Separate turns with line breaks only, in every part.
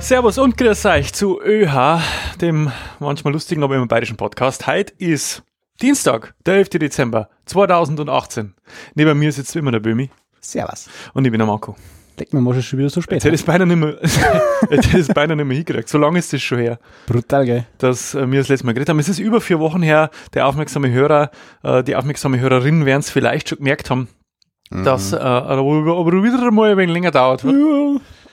Servus und grüß euch zu ÖH, dem manchmal lustigen, aber immer bayerischen Podcast. Heute ist Dienstag, der 11. Dezember 2018. Neben mir sitzt immer der Bömi
Servus.
und ich bin der Marco.
Denkt man, was ist schon wieder so
Jetzt
spät.
hätte ich es beinahe nicht mehr, jetzt hätte ich es beinahe nicht mehr hingekriegt. So lange ist es schon her,
Brutal, gell?
dass äh, wir das letzte Mal geredet haben. Es ist über vier Wochen her. Der aufmerksame Hörer, äh, die aufmerksame Hörerin werden es vielleicht schon gemerkt haben,
Mhm.
dass äh, aber aber wieder mal ein wenig länger dauert. hat.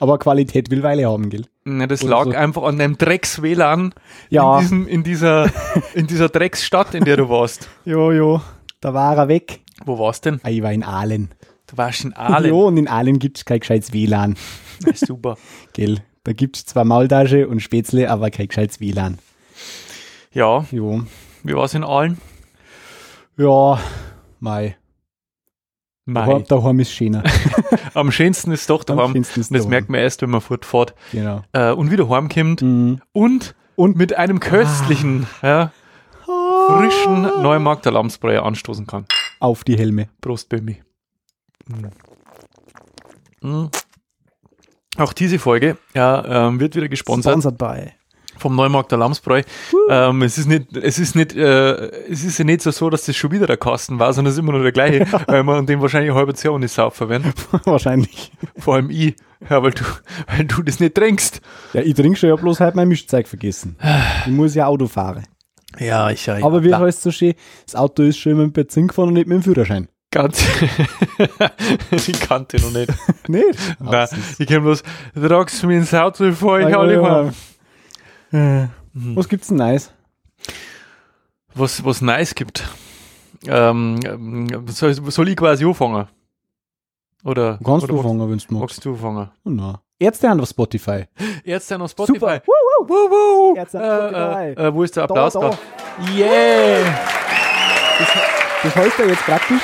Aber Qualität will Weile haben, gell?
Na, Das
Oder
lag
so.
einfach an deinem Drecks-WLAN. in,
Ja,
diesem, in, dieser, in dieser Drecksstadt, in der du warst.
jo, jo. Da war er weg.
Wo warst denn?
Ah, ich war in Aalen.
Du warst in Aalen.
Jo, und in Aalen gibt's kein gescheites WLAN,
Na, Super.
gell? Da gibt's zwar Maultasche und Spätzle, aber kein gescheites WLAN.
Ja,
Jo.
wie war's in Aalen?
Ja, mei. Da,
Mei.
daheim ist schöner.
Am schönsten ist doch
Am
daheim.
schönsten ist
Und das
daheim.
merkt man erst, wenn man fortfährt
genau. Mhm.
äh, und wieder heimkommt. Und, Ah.
Und-
mit einem köstlichen, ja, frischen Neumarkter Lamsbräu anstoßen kann.
Auf die Helme.
Prost, Bimmi. Mm. Mm. Auch diese Folge ja, ähm, wird wieder gesponsert.
by.
vom Neumarkter Lamsbräu. Ähm, es ist nicht, es ist nicht, äh, es ist ja nicht so, so, dass das schon wieder der Kasten war, sondern es ist immer nur der gleiche, weil man an dem wahrscheinlich ein halbes Jahr ohne Saufen werden.
Wahrscheinlich.
Vor allem ich, ja, weil du, weil du das nicht trinkst.
Ja, ich trinke schon ja bloß halt mein Mischzeug vergessen. Ich muss ja Auto fahren.
Ja, ich ja.
Aber wie heißt so schön, das Auto ist schon mit dem Benzin gefahren und nicht mit dem Führerschein.
ganz, ich kannte noch nicht.
Nicht?
Nein, ich kenne bloß, tragst du mir ins Auto, bevor ich alle fahren.
Was gibt's denn Neues?
Was, was nice gibt. Ähm, ähm, soll, soll ich quasi anfangen? Oder?
Du kannst
oder
du
magst-
fangen, wenn du magst.
Magst du anfangen?
Oh, nein. Ärzte an auf Spotify.
Ärzte auf Spotify.
Super.
Wuhu. Wuhu.
Ärzte auf
Äh,
Spotify.
äh, äh, wo ist der Applaus
da.
gerade? Yeah!
Das heißt ja jetzt praktisch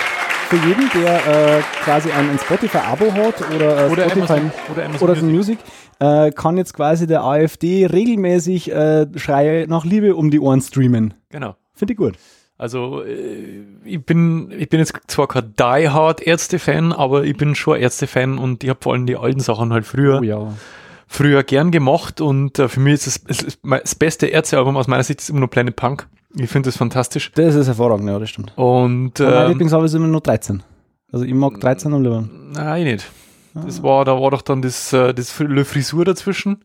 für jeden, der äh, quasi ein, ein Spotify-Abo hat oder, äh,
Oder
Spotify
Amazon, oder Amazon
oder Amazon Music, äh, kann jetzt quasi der AfD regelmäßig äh, Schreie nach Liebe um die Ohren streamen.
Genau.
Finde ich gut.
Also äh, ich bin ich bin jetzt zwar kein diehard Ärzte-Fan, aber ich bin schon ein Ärzte-Fan und ich habe vor allem die alten Sachen halt früher
Oh ja.
früher gern gemacht und äh, für mich ist das, es ist mein- das beste Ärztealbum aus meiner Sicht ist immer nur Planet Punk. Ich finde das fantastisch.
Das ist hervorragend, ja, das stimmt.
Und
Ähm, mein
ähm,
Lieblingsabo ist immer nur 13. Also ich mag 13 am lieber.
nein nicht.
Ah.
Das war, da war doch dann das, äh, das Le Frisur dazwischen.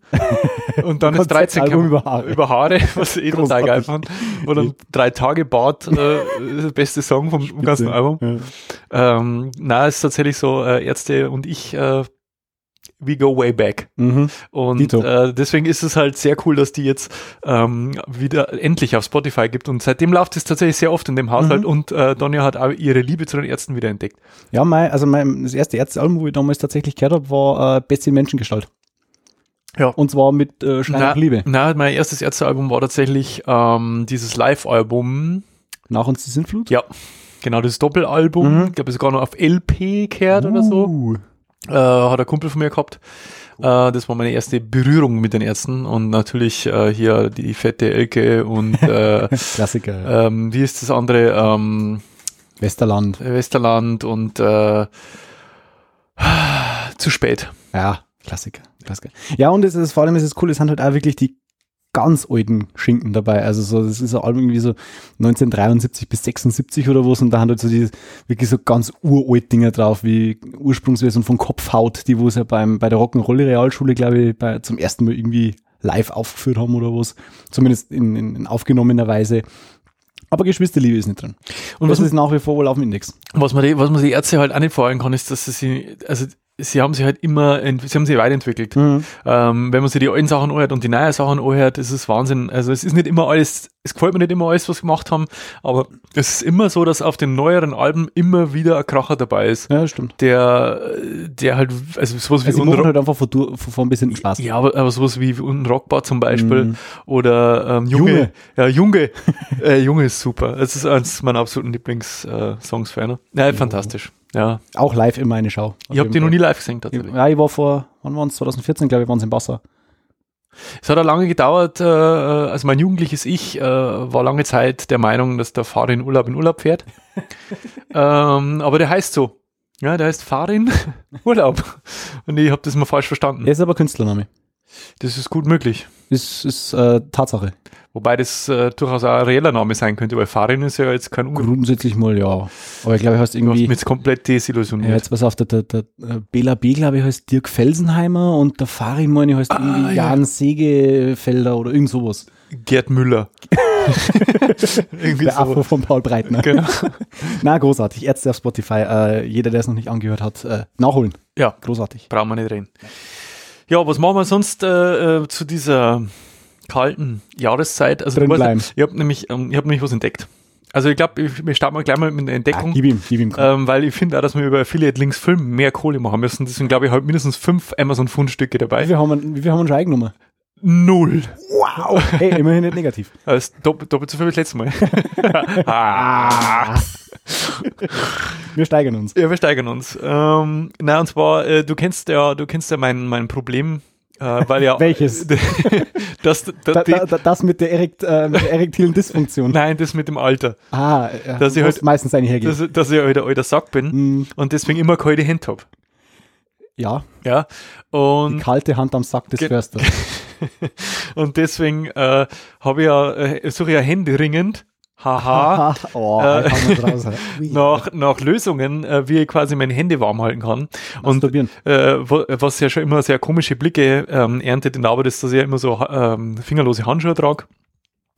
Und dann ist 13 gekommen.
Konzeptalbum über Haare.
über Haare, was ich eh total
Großartig.
geil fand. Und dann drei Tage Bart, äh, das beste Song vom vom ganzen Album.
Ja.
Ähm, na, es ist tatsächlich so, äh, Ärzte und ich, äh, we go way back.
Mhm.
Und
Dito.
äh, deswegen ist es halt sehr cool, dass die jetzt ähm, wieder endlich auf Spotify gibt. Und seitdem läuft es tatsächlich sehr oft in dem Haushalt.
Mhm.
Und äh, Donja hat auch ihre Liebe zu den Ärzten wieder entdeckt.
Ja, mein, also mein, das erste Ärztealbum, wo ich damals tatsächlich gehört habe, war äh, Beste in Menschengestalt.
Ja.
Und zwar mit äh, Schrei nach Liebe.
na, mein erstes Ärztealbum war tatsächlich ähm, dieses Live-Album.
Nach uns die Sintflut?
Ja, genau, das Doppelalbum.
Mhm.
Ich glaube, sogar noch auf LP gehört oder so.
Uh,
äh, hat ein Kumpel von mir gehabt.
Oh.
Äh, das war meine erste Berührung mit den Ärzten und natürlich äh, hier die fette Elke und äh,
Klassiker.
ähm, wie ist das andere? Ähm,
Westerland.
Westerland und äh, zu spät.
Ja, Klassiker. Klassiker. Ja, und es ist, vor allem ist es cool, es sind halt auch wirklich die ganz alten Schinken dabei. Also so, das ist ein Album irgendwie so 1973 bis 76 oder was und da haben halt so die wirklich so ganz uralt Dinger drauf, wie Ursprungsversion von Kopfhaut, die wo es ja beim, bei der Rock'n'Roll Realschule, glaube ich, bei, zum ersten Mal irgendwie live aufgeführt haben oder was. Zumindest in, in, in aufgenommener Weise. Aber Geschwisterliebe ist nicht drin.
Und
das
was,
ist nach wie vor wohl auf dem Index.
was, man die, was man die Ärzte halt auch nicht vorhalten kann, ist, dass sie, sie also sie haben sich halt immer, ent- sie haben sich weiterentwickelt. Ähm, wenn man sich die alten Sachen anhört und die neuen Sachen anhört, ist es Wahnsinn. Also es ist nicht immer alles, es gefällt mir nicht immer alles, was sie gemacht haben, aber es ist immer so, dass auf den neueren Alben immer wieder ein Kracher dabei ist,
Ja, stimmt.
der, der halt, also sowas wie
Also ich
Unro-
mache halt einfach von, du- von, von ein bisschen Spaß.
ja, aber, aber sowas wie Unrockbar zum Beispiel oder ähm, Mhm. Junge.
Junge.
Ja, Junge. äh, Junge ist super. Es ist eines meiner absoluten Lieblingssongs für einer. Ja, fantastisch. Ja.
Auch live immer eine Schau.
Ich habe den noch nie live gesehen tatsächlich.
Ja, ich war vor, wann waren es? 2014, glaube ich, waren es in Wasser.
Es hat auch lange gedauert, äh, also mein jugendliches Ich äh, war lange Zeit der Meinung, dass der Fahrer in Urlaub in Urlaub fährt. ähm, aber der heißt so. Ja, der heißt Fahrin Urlaub. Und ich habe das mal falsch verstanden.
Er ist aber Künstlername.
Das ist gut möglich.
Ist, ist äh, Tatsache.
Wobei das äh, durchaus auch ein reeller Name sein könnte, weil Farin ist ja jetzt kein Ungarn.
Grundsätzlich mal ja. Aber ich glaube, er heißt
Du hast mich
irgendwie.
jetzt komplett
Ja,
desillusioniert.
jetzt pass auf, der, der, der äh, Bela B, glaube ich, heißt Dirk Felsenheimer und der Farin, meine ich, heißt irgendwie
Ah, ja.
Jan Segefelder oder irgend sowas.
Gerd Müller. Irgendwie
Der Affe
so.
von Paul Breitner.
Genau.
Na, großartig. Ärzte auf Spotify. Äh, jeder, der es noch nicht angehört hat, äh, nachholen.
Ja,
Großartig.
brauchen wir nicht reden. Ja, was machen wir sonst äh, äh, zu dieser kalten Jahreszeit? Also,
Drin
du weißt ja,
bleiben.
ich habe nämlich, ähm, ich hab nämlich was entdeckt. Also ich glaube, ich- wir starten mal gleich mal mit einer
Ah,
Entdeckung.
gib ihm, gib ihm. komm.
Ähm, weil ich finde auch, dass wir über Affiliate Links Film mehr Kohle machen müssen. Deswegen glaube ich, halt mindestens fünf Amazon-Fundstücke
Wie
dabei.
viel haben wir, wie viel haben wir schon Eigennummer?
Null.
Wow. Hey, immerhin nicht negativ.
Das ist Also, doppelt, doppelt so viel wie das letzte Mal. ah.
Wir steigern uns.
Ja, wir steigern uns. Ähm, na, und zwar, äh, du kennst ja, du kennst ja mein, mein Problem, äh, weil ja.
Welches?
das, das,
Da,
die,
da, da, das mit der erekt, äh, mit der erektilen Dysfunktion.
nein, das mit dem Alter.
Ah, äh,
Dass ich
wo
halt-
es meistens einhergeht.
Dass, dass ich halt ein alter Sack bin
Hm,
und deswegen immer kalte Hände hab.
ja,
Ja.
die
Und,
kalte Hand am Sack des
Hm. Ge-
Försters.
und deswegen äh, habe ich ja, äh, suche ich ja händeringend. Haha.
Ah, oh,
Äh,
hauen wir's raus. Ui.
nach, nach Lösungen, äh, wie ich quasi meine Hände warm halten kann. Und
Masturbieren.
äh, wo- was ja schon immer sehr komische Blicke ähm, erntet in der Arbeit, ist, dass ich ja immer so ähm, fingerlose Handschuhe trage.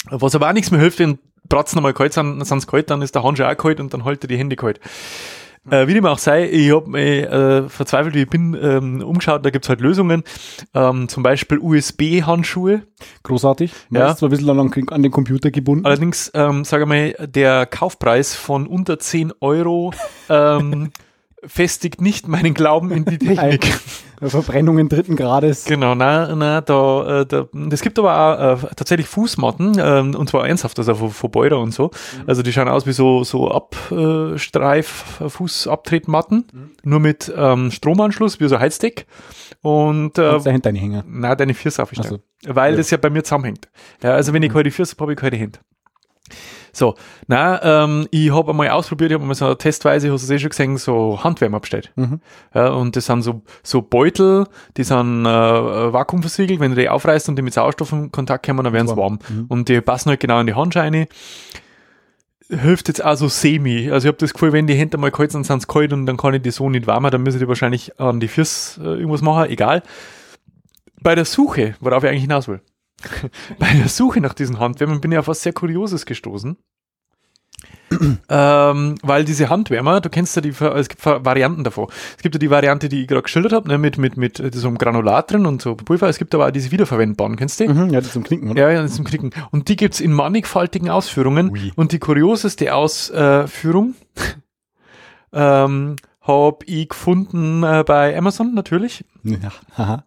Was aber auch nichts mehr hilft, wenn Bratzen einmal kalt sind, sind kalt, dann ist der Handschuh auch kalt und dann halte die Hände kalt. Äh, wie dem auch sei, ich habe mich äh, verzweifelt, wie ich bin, ähm, umgeschaut, da gibt's halt Lösungen. Ähm, zum Beispiel USB-Handschuhe.
Großartig.
Ja.
Ja. Zwar ein bisschen an, an den Computer gebunden.
Allerdings, ähm, sage ich mal, der Kaufpreis von unter 10 Euro ähm, festigt nicht meinen Glauben in die Technik.
Verbrennungen dritten Grades.
genau, na, na, da, äh, da, es gibt aber auch äh, tatsächlich Fußmatten, ähm, und zwar ernsthaft, also von, von Beurer und so. Also die schauen aus wie so, so Abstreif, Fußabtretmatten, nur mit ähm, Stromanschluss, wie so ein Heizdeck. Und äh,
Kannst du dahinter Hänger.
na, deine Füße aufstellen.
Ach
Weil
Ja.
das ja bei mir zusammenhängt. Ja, also wenn ich keine Füße habe, habe ich keine Hände. So, na, ähm, ich habe einmal ausprobiert, ich habe einmal so testweise, hast du es eh schon gesehen, so Handwärme bestellt.
Mhm.
Ja, und das sind so, so Beutel, die sind äh, vakuumversiegelt, wenn du die aufreißt und die mit Sauerstoff in Kontakt kommen, dann werden sie warm.
Warm. Mhm.
Und die passen halt genau in die Handscheine. Hilft jetzt auch so semi. Also ich habe das Gefühl, wenn die Hände mal kalt sind, sind sie kalt und dann kann ich die so nicht warmer, dann müssen die wahrscheinlich an die Füße äh, irgendwas machen, egal. Bei der Suche, worauf ich eigentlich hinaus will, bei der Suche nach diesen Handwärmern bin ich auf was sehr Kurioses gestoßen. ähm, weil diese Handwärmer, du kennst ja die, Ver- es gibt Ver- Varianten davon. Es gibt ja die Variante, die ich gerade geschildert habe, ne, mit, mit, mit äh, so einem Granulat drin und so Pulver. Es gibt aber auch diese wiederverwendbaren, kennst du? die?
Mhm, ja, das zum Knicken, oder?
Ja, ja, zum Knicken. Und die gibt's in mannigfaltigen Ausführungen.
Ui.
Und die kurioseste Ausführung ähm, habe ich gefunden äh, bei Amazon natürlich.
Ja. Haha.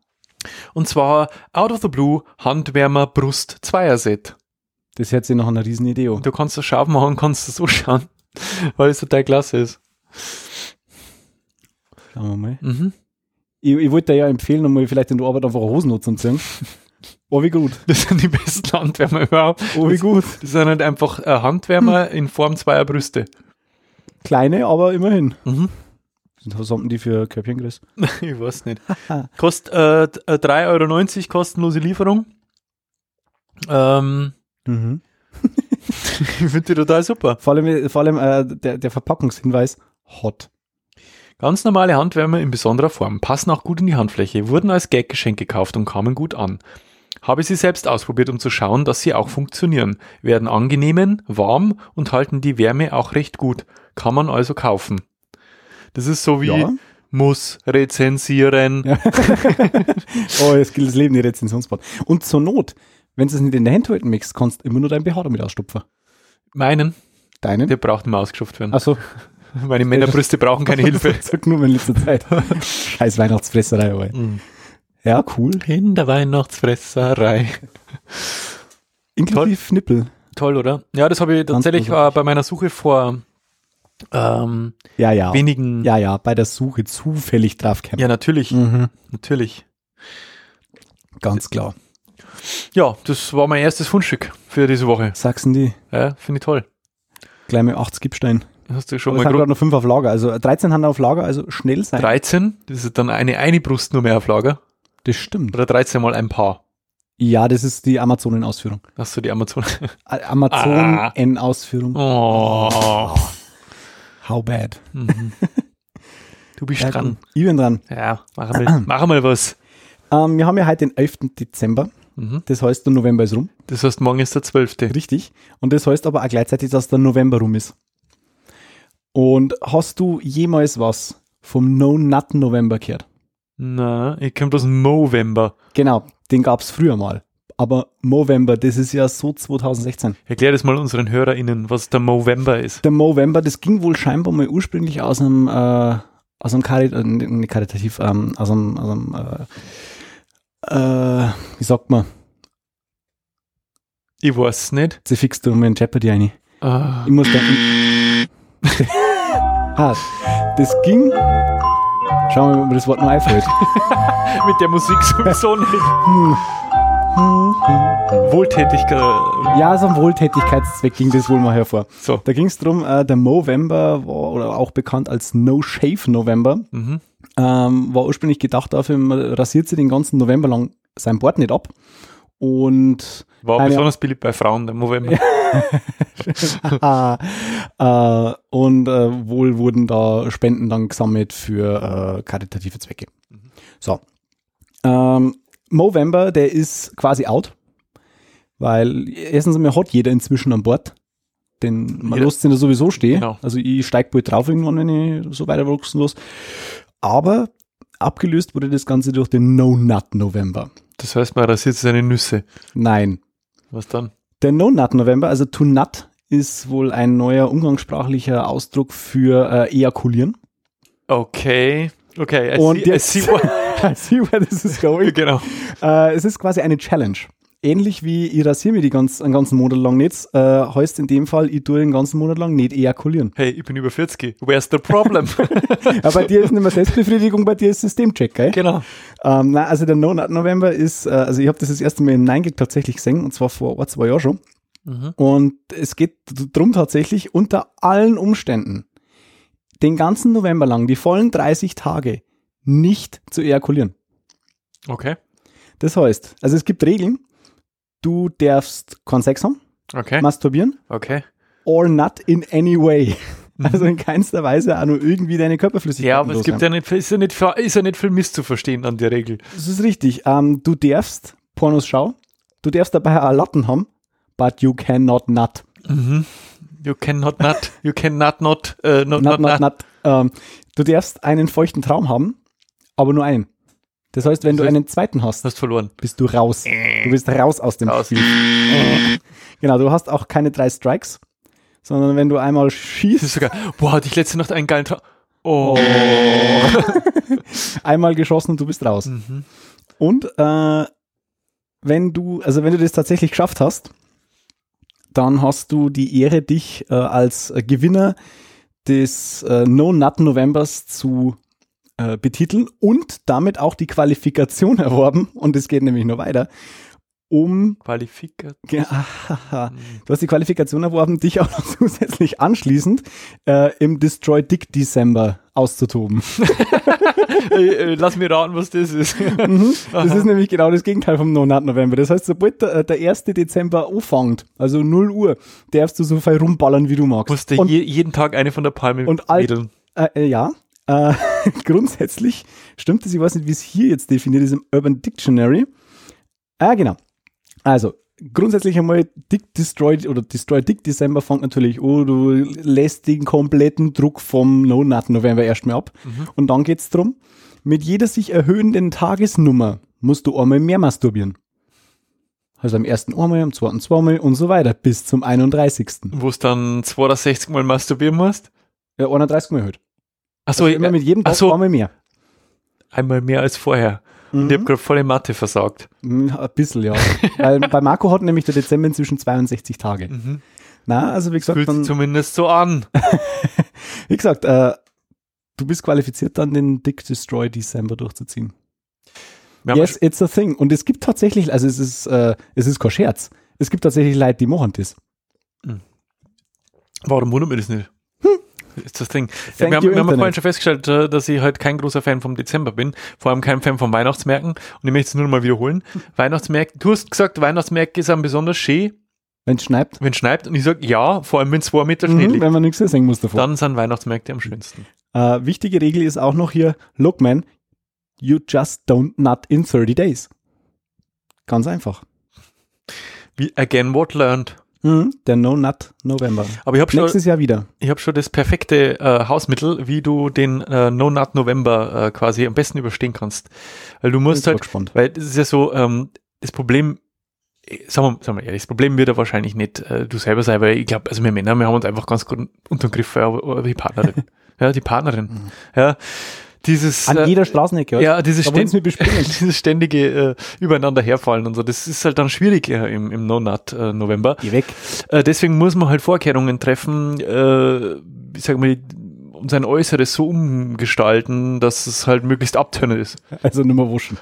Und zwar Out of the Blue Handwärmer Brust Zweier Set.
Das hört sich nach einer riesen Idee an.
Du kannst das scharf machen, kannst das so schauen, weil es total klasse ist.
Schauen wir mal.
Mhm.
Ich, ich wollte dir ja empfehlen, um mal vielleicht in der Arbeit einfach eine Hosen anzuziehen. Oh, wie gut.
Das sind die besten Handwärmer überhaupt.
Oh, wie gut.
Das sind halt einfach äh, Handwärmer in Form zweier Brüste.
Kleine, aber immerhin.
Mhm.
Was haben die für Köpfchen Chris?
Ich weiß nicht. Kostet äh, d- äh, 3,90 Euro kostenlose Lieferung. Ähm,
Mhm.
ich finde die total super.
Vor allem, vor allem äh, der, der Verpackungshinweis, hot.
Ganz normale Handwärmer in besonderer Form, passen auch gut in die Handfläche, wurden als Gaggeschenk gekauft und kamen gut an. Habe sie selbst ausprobiert, um zu schauen, dass sie auch funktionieren. Werden angenehm, warm und halten die Wärme auch recht gut. Kann man also kaufen. Das ist so wie
Ja.
muss rezensieren.
Oh, jetzt gilt das Leben, die Rezensionsbot. Und zur Not, wenn du es nicht in der Hand halten möchtest, kannst du immer nur deinen BH damit ausstupfen.
Meinen,
Deinen?
der braucht immer ausgeschafft werden.
Achso,
Meine Männerbrüste brauchen keine Hilfe.
sag nur in letzter Zeit. Scheiß Weihnachtsfresserei, aber.
Mhm.
Ja, cool.
In der Weihnachtsfresserei.
Inklusive Nippel.
Toll, oder? Ja, das habe ich tatsächlich äh, bei meiner Suche vor ähm,
Ja, ja.
wenigen.
Ja, ja, bei der Suche zufällig drauf
Ja, natürlich,
Mhm.
natürlich.
Ganz klar.
Ja, das war mein erstes Fundstück für diese Woche.
Sachsen die.
Ja, Finde ich toll.
Gleich mit 8 Skipstein.
Hast du schon
Aber es
mal
sind
Grund
gerade noch 5 auf Lager. Also 13 haben wir auf Lager, also schnell sein.
13? Das ist dann eine eine Brust nur mehr auf Lager.
Das stimmt.
Oder 13 mal ein Paar.
Ja, das ist die Amazonen-Ausführung.
Hast du die Amazon?
A-
Ah.
Amazon-N-Ausführung.
Oh.
How bad.
Mhm. Du bist
Ja,
dran.
gut. Ich bin dran.
Ja, mach mal, mach mal was.
Ähm, wir haben ja heute den 11. Dezember.
Mhm.
Das heißt, der November ist rum.
Das heißt, morgen ist der 12.
Richtig. Und das heißt aber auch gleichzeitig, dass der November rum ist. Und hast du jemals was vom No Nut November gehört?
Na, ich kenne bloß November.
Genau, den gab es früher mal. Aber Movember, das ist ja so 2016.
Erklär das mal unseren HörerInnen, was der November ist.
Der Movember, das ging wohl scheinbar mal ursprünglich aus einem, äh, aus einem Karit äh, nicht karitativ, ähm, aus einem, aus einem äh, äh, wie sagt man,
Ich weiß nicht.
sie fixt du mir in Jeopardy rein.
Ah.
Ich muss denken. ah, das ging. Schauen wir mal, ob mir das Wort noch einfällt.
Mit der Musik sowieso nicht. Wohltätigkeit.
Ja, so ein Wohltätigkeitszweck ging das wohl mal hervor.
So.
Da ging es darum, äh, der Movember, war, oder auch bekannt als No Shave November,
Mhm.
ähm, war ursprünglich gedacht dafür, man rasiert sich den ganzen November lang sein Bart nicht ab. Und
War
Keine-
besonders beliebt bei Frauen, der November.
Ah, äh, und äh, wohl wurden da Spenden dann gesammelt für äh, karitative Zwecke. So. Ähm, Movember, der ist quasi out, weil erstens einmal hat jeder inzwischen an Bord, denn man
Jeder-
lässt ihn ja sowieso stehen.
Genau.
Also ich steige bald drauf irgendwann, wenn ich so weiter wachsen los. Aber abgelöst wurde das Ganze durch den No-Nut-November.
Das heißt, man rasiert seine Nüsse.
Nein,
Was dann?
der No-Nut November, also to nut, ist wohl ein neuer umgangssprachlicher Ausdruck für äh, ejakulieren.
Okay. Okay, I
Und
see, I
jetzt-
see what,
I see where this is going.
genau.
äh, es ist quasi eine Challenge. Ähnlich wie ich rasiere mir die ganz, einen ganzen Monat lang nicht, äh, heißt in dem Fall, ich tue den ganzen Monat lang nicht ejakulieren.
Hey, ich bin über 40. Where's the problem?
Aber bei dir ist nicht mehr Selbstbefriedigung, bei dir ist Systemcheck, gell?
genau.
Ähm, na, also der No Nut November ist, äh, also ich habe das das erste Mal im Nein Gag tatsächlich gesehen, und zwar vor ein, zwei Jahren schon.
Mhm.
Und es geht darum tatsächlich unter allen Umständen, den ganzen November lang, die vollen 30 Tage, nicht zu ejakulieren.
Okay.
Das heißt, also es gibt Regeln, du darfst keinen Sex haben,
Okay.
masturbieren,
Okay.
or not in any way. Also in keinster Weise auch nur irgendwie deine Körperflüssigkeit.
Mhm. Ja, aber es gibt ja nicht, ist ja nicht, viel- ist ja nicht viel Mist zu verstehen an der Regel.
Das ist richtig. Ähm, du darfst Pornos schauen, du darfst dabei auch Latten haben, but you cannot nut.
Mhm. You cannot not, you cannot not, äh, not,
Nat,
not,
nat,
not,
nat. Ähm, du darfst einen feuchten Traum haben, aber nur einen. Das heißt, wenn
Das
du
heißt-
einen zweiten hast,
Hast verloren.
bist du raus. Du bist raus aus dem
Raus.
Spiel. Genau, du hast auch keine drei Strikes, sondern wenn du einmal
Das ist
schießt,
sogar, boah, hatte ich letzte Nacht einen geilen Traum. Oh.
einmal geschossen und du bist raus.
Mhm.
Und äh, wenn du, also wenn du das tatsächlich geschafft hast, dann hast du die Ehre, dich äh, als äh, Gewinner des äh, No Nut Novembers zu äh, betiteln und damit auch die Qualifikation erworben. Und es geht nämlich noch weiter, um
Qualifikat.
Ge- Ahaha. Du hast die Qualifikation erworben, dich auch noch zusätzlich anschließend äh, im Destroy Dick December auszutoben.
Äh, äh, Lass mir raten, was das ist.
Mhm. Das ist nämlich genau das Gegenteil vom Nonat November. Das heißt, sobald der, äh, der 1. Dezember anfängt, also 0 Uhr, darfst du so viel rumballern, wie du magst.
Musste
und,
je, jeden Tag eine von der Palme
Und alt-
wedeln.
äh, äh, ja, äh, grundsätzlich stimmt es, ich weiß nicht, wie es hier jetzt definiert ist im Urban Dictionary. Ah, genau. Also, grundsätzlich einmal Dick Destroy oder Destroy Dick December fängt natürlich an, du lässt den kompletten Druck vom No Nut November erstmal ab.
Mhm.
Und dann geht's drum, mit jeder sich erhöhenden Tagesnummer musst du einmal mehr masturbieren. Also am ersten einmal, am zweiten zweimal und so weiter bis zum 31.
Wo es dann 62 Mal masturbieren musst.
Äh, 31 Mal erhöht.
Achso,
Also Immer mit jedem
ach
Tag
so. äh,
einmal mehr. Mhm.
einmal mehr als vorher. Und ich habe gerade volle Mathe versagt.
Mm, Ein bisschen, ja. Weil bei Marco hat nämlich der Dezember inzwischen 62 Tage. Na, also wie gesagt,
Fühlt sich
dann,
zumindest so an.
wie gesagt äh, du bist qualifiziert, dann den Dick Destroy December durchzuziehen.
Wir haben
yes, it's a thing. Und es gibt tatsächlich, also es ist, äh, es ist kein Scherz. Es gibt tatsächlich Leute, die machen das.
Warum wundert mich das nicht? ist das Ding. Ja, wir, haben, wir haben ja vorhin schon festgestellt, äh, dass ich halt kein großer Fan vom Dezember bin, vor allem kein Fan von Weihnachtsmärkten und ich möchte es nur noch mal wiederholen. Weihnachtsmärkte, du hast gesagt, Weihnachtsmärkte sind besonders schön,
Wenn es schneit,
wenn es schneit und ich sage ja, vor allem wenn zwei Meter Schnee
mhm,
liegt,
wenn man nichts sehen muss davon.
dann sind Weihnachtsmärkte am schönsten.
Äh, wichtige Regel ist auch noch hier, look man, you just don't nut in 30 days. Ganz einfach.
Wie again what learned.
Mhm. Der No Nut November.
Aber ich habe schon,
Nächstes Jahr wieder.
ich hab schon das perfekte äh, Hausmittel, wie du den äh, No Nut November äh, quasi am besten überstehen kannst. Weil du musst
Bin
halt
mal gespannt.
Weil das ist ja so, ähm, das Problem, äh, sagen wir, sagen wir ehrlich, das Problem wird ja wahrscheinlich nicht äh, du selber sein, weil ich glaube, also wir Männer, wir haben uns einfach ganz gut unter den Griff, ja, aber, aber die Partnerin. ja, die Partnerin. Ja, dieses.
Mhm. An
äh,
jeder Straßenecke. oder?
ja, dieses,
da wollen sie mich bespielen.
dieses ständige äh, übereinander herfallen und so, das ist halt dann schwierig äh, im, im No-Nut-November.
Geh weg.
Äh, deswegen muss man halt Vorkehrungen treffen, äh, ich sag mal, und sein Äußeres so umgestalten, dass es halt möglichst abtönend ist.
Also nimmer wuschen.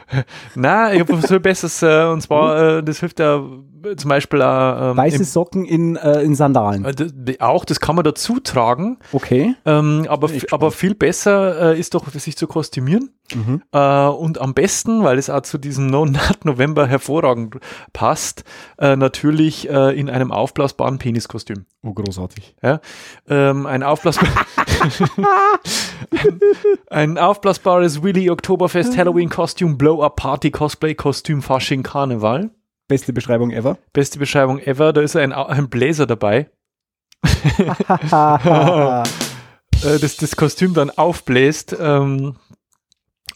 Na, ich habe so Besseres, äh, und zwar, äh, das hilft ja äh, zum Beispiel auch, ähm,
Weiße Socken in, äh, in
im-
Sandalen.
äh, d- d- auch, das kann man dazu tragen,
Okay.
ähm, aber, f- aber viel besser äh, ist doch, sich zu kostümieren.
Mhm.
Äh, und am besten, weil es auch zu diesem No Nut November hervorragend passt, äh, natürlich äh, in einem aufblasbaren Peniskostüm.
Oh, großartig.
Ja? Ähm, ein aufblasbar ein, ein aufblasbares Willy Oktoberfest Halloween Kostüm, Blow-Up Party Cosplay Kostüm, Fasching Karneval.
Beste Beschreibung ever.
Beste Beschreibung ever. Da ist ein, Au- ein Bläser dabei. Äh, das, das Kostüm dann aufbläst. Ähm,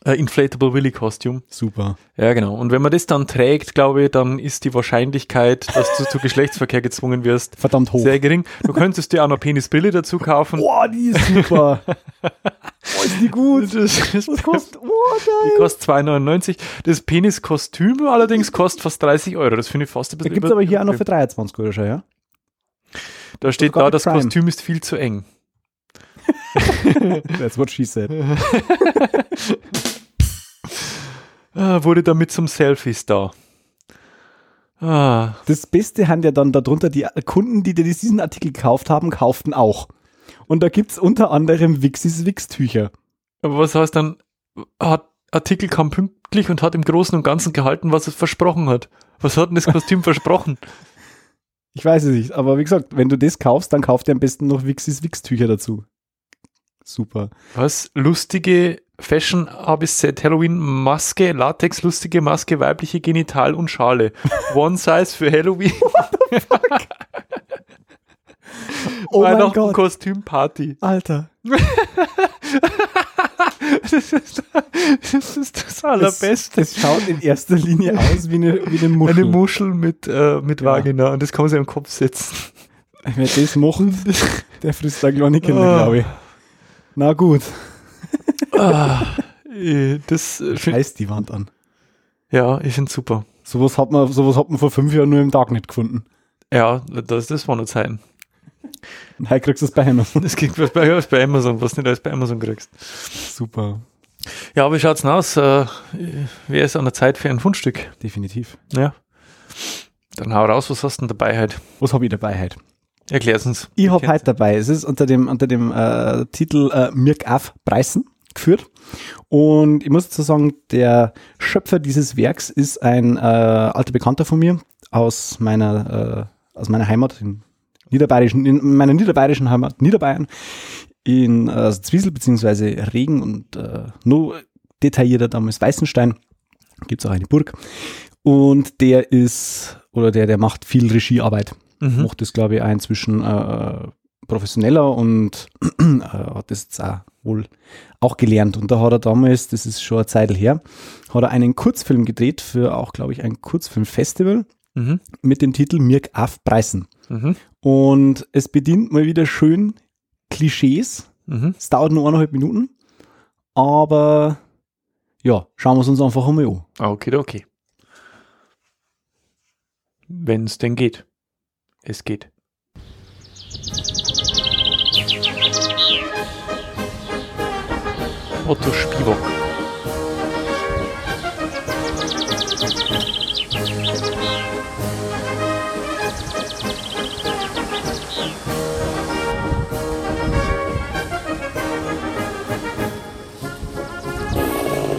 äh, Inflatable Willy Kostüm.
Super.
Ja, genau. Und wenn man das dann trägt, glaube ich, dann ist die Wahrscheinlichkeit, dass du zu Geschlechtsverkehr gezwungen wirst,
Verdammt hoch.
sehr gering. Du könntest dir auch noch Penisbrille dazu kaufen.
Boah, die ist super.
Oh, ist die gut. Das, das,
Was kostet? Oh,
die
geil.
kostet 2,99. Das Peniskostüm allerdings kostet fast 30 Euro. Das finde ich fast ein
Da
bisschen
gibt es
über-
aber hier auch noch für 23 Euro schon, ja?
Da steht
sogar
da,
mit
das
Prime.
Kostüm ist viel zu eng.
That's what she said.
Ah, wurde damit zum Selfie-Star. Ah,
Das Beste haben ja dann darunter die Kunden, die dir diesen Artikel gekauft haben, kauften auch. Und da gibt es unter anderem Wixis Wix-Tücher.
aber was heißt dann, hat Artikel kam pünktlich und hat im Großen und Ganzen gehalten, was es versprochen hat. Was hat denn das Kostüm versprochen?
Ich weiß es nicht, aber wie gesagt, wenn du das kaufst, dann kauf dir am besten noch Wixis Wix-Tücher dazu. Super.
Was? Lustige Fashion A bis Z, Halloween Maske, Latex, lustige Maske, weibliche Genital und Schale. One Size für Halloween,
Oh mein
Weihnachten,
Gott.
Kostüm, Party.
Alter.
Das ist das, ist das Allerbeste.
Es, es schaut in erster Linie aus wie eine, wie eine Muschel.
Eine Muschel mit, äh, mit Vagina und das kann man sich am Kopf setzen.
Wer das macht, der frisst da kleine Kinder,
Ah.
glaube ich. Na gut.
Ah, äh, das äh, find,
Scheiß die Wand an.
ja, ich finde super.
Sowas hat, man, sowas hat man vor fünf Jahren nur im Tag nicht gefunden.
Ja, das, das war nur Zeiten.
Und heute kriegst du es bei Amazon.
Das gibt was bei, was bei Amazon, was nicht alles bei Amazon kriegst.
Super.
Ja, aber wie schaut's denn aus? Äh, Wäre es an der Zeit für ein Fundstück?
Definitiv.
Ja. Dann hau raus, was hast du denn dabei halt?
Was habe ich dabei heute?
Erklär's uns.
Ich habe
Kennst
heute dabei, es ist unter dem, unter dem äh, Titel äh, Mirk auf Preisen geführt. Und ich muss dazu sagen, der Schöpfer dieses Werks ist ein äh, alter Bekannter von mir aus meiner, äh, aus meiner Heimat, in, niederbayerischen, in meiner niederbayerischen Heimat, Niederbayern, in äh, Zwiesel bzw. Regen und äh, noch detaillierter damals Weißenstein. Gibt es auch eine Burg. Und der ist, oder der, der macht viel Regiearbeit
Mhm.
macht das, glaube ich, auch inzwischen äh, professioneller und äh, hat das jetzt auch wohl auch gelernt. Und da hat er damals, das ist schon eine Zeit her, hat er einen Kurzfilm gedreht für auch, glaube ich, ein Kurzfilmfestival
Mhm.
mit dem Titel Mirk auf Preisen.
Mhm.
Und es bedient mal wieder schön Klischees.
Mhm.
Es dauert nur eineinhalb Minuten, aber ja, schauen wir es uns einfach einmal an.
Okay, okay. Wenn's denn geht. Es geht. Otto Spivock.
Oh.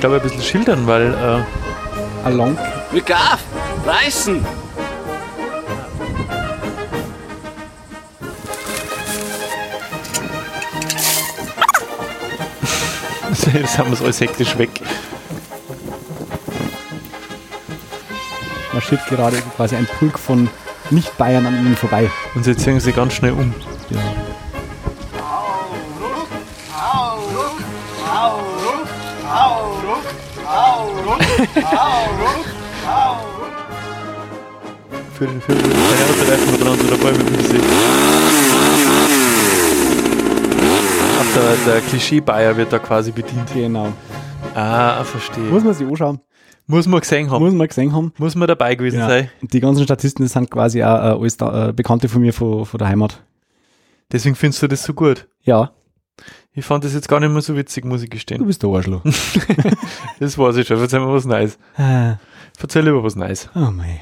glaube ich, ein bisschen schildern, weil äh,
Along.
Mykke af! Rejsen!
jetzt haben wir es alles hektisch weg.
Man schiebt gerade quasi ein Pulk von Nicht-Bayern an ihnen vorbei.
Und sie ziehen sie ganz schnell um. Für den Film Reifen verbrannt oder Bäume übersehen. Ach, Der, der Klischee-Bayer wird da quasi bedient.
Genau.
Ah, verstehe.
Muss
Muss,
man sich anschauen.
man gesehen haben. Muss,
Muss man gesehen haben.
man dabei gewesen sein.
Die ganzen Statisten das sind quasi auch äh, alles da, äh, Bekannte von mir von, von der Heimat.
Deswegen findest du das so gut.
Ja,
Ich fand das jetzt gar nicht mehr so witzig, muss ich
du
gestehen.
bist der Arschloch.
Das weiß ich schon. Erzähl mir was Neues.
Äh,
Erzähl lieber was Neues.
oh mei.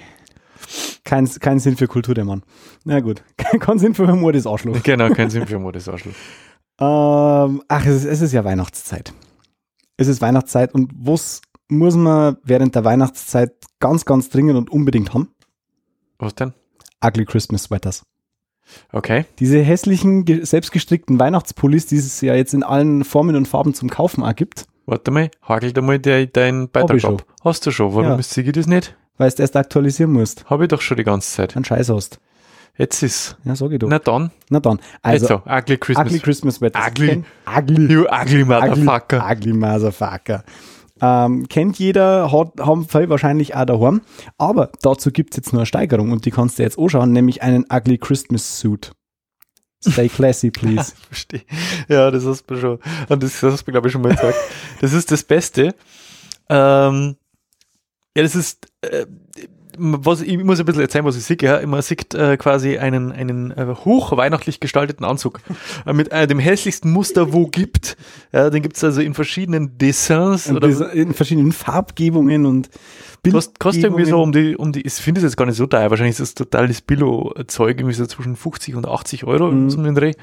Kein, kein Sinn für Kultur, der Mann. Na gut. Kein Sinn für Humor, das Arschloch.
Genau, kein Sinn für Modus Arschloch.
Ähm, ach, es ist, es ist ja Weihnachtszeit. Es ist Weihnachtszeit und was muss man während der Weihnachtszeit ganz, ganz dringend und unbedingt haben?
Was denn?
Ugly Christmas Sweaters.
Okay.
Diese hässlichen, ge- selbstgestrickten Weihnachtspullis, die es ja jetzt in allen Formen und Farben zum Kaufen auch gibt,
Warte mal, hagelt einmal de, deinen
Hab
Beitrag
ich
ab. Hast du schon? Warum
Ja.
ist ich das nicht?
weil du erst aktualisieren musst.
Habe ich doch schon die ganze Zeit.
Einen Scheiß hast.
Jetzt ist.
Ja, sag ich doch.
Na dann.
Na dann.
Also,
Also,
ugly Christmas.
Ugly Christmas Sweaters.
Ugly.
Kennt- Ugly.
you ugly motherfucker.
Ugly, ugly Motherfucker. Ähm, kennt jeder, hat, haben viele wahrscheinlich auch daheim. Aber dazu gibt's jetzt nur eine Steigerung und die kannst du jetzt anschauen, nämlich einen Ugly Christmas Suit. Stay classy, please.
Verstehe. Ja, das hast du schon. Und das, das hast du, glaube ich, schon mal gesagt. Das ist das Beste. Ähm, ja, das ist. Äh, was, ich muss ein bisschen erzählen, was ich sehe. Ja. Man sieht äh, quasi einen, einen äh, hochweihnachtlich gestalteten Anzug äh, mit äh, dem hässlichsten Muster, wo gibt. Ja, den gibt's also in verschiedenen Dessins.
Und
oder
das in verschiedenen Farbgebungen und
Kost, kostet irgendwie so
Bildgebungen.
um die, um die, ich finde es jetzt gar nicht so teuer, wahrscheinlich ist das totales Billo-Zeug, irgendwie so zwischen 50 und 80 Euro
Mhm.
zum Dreh.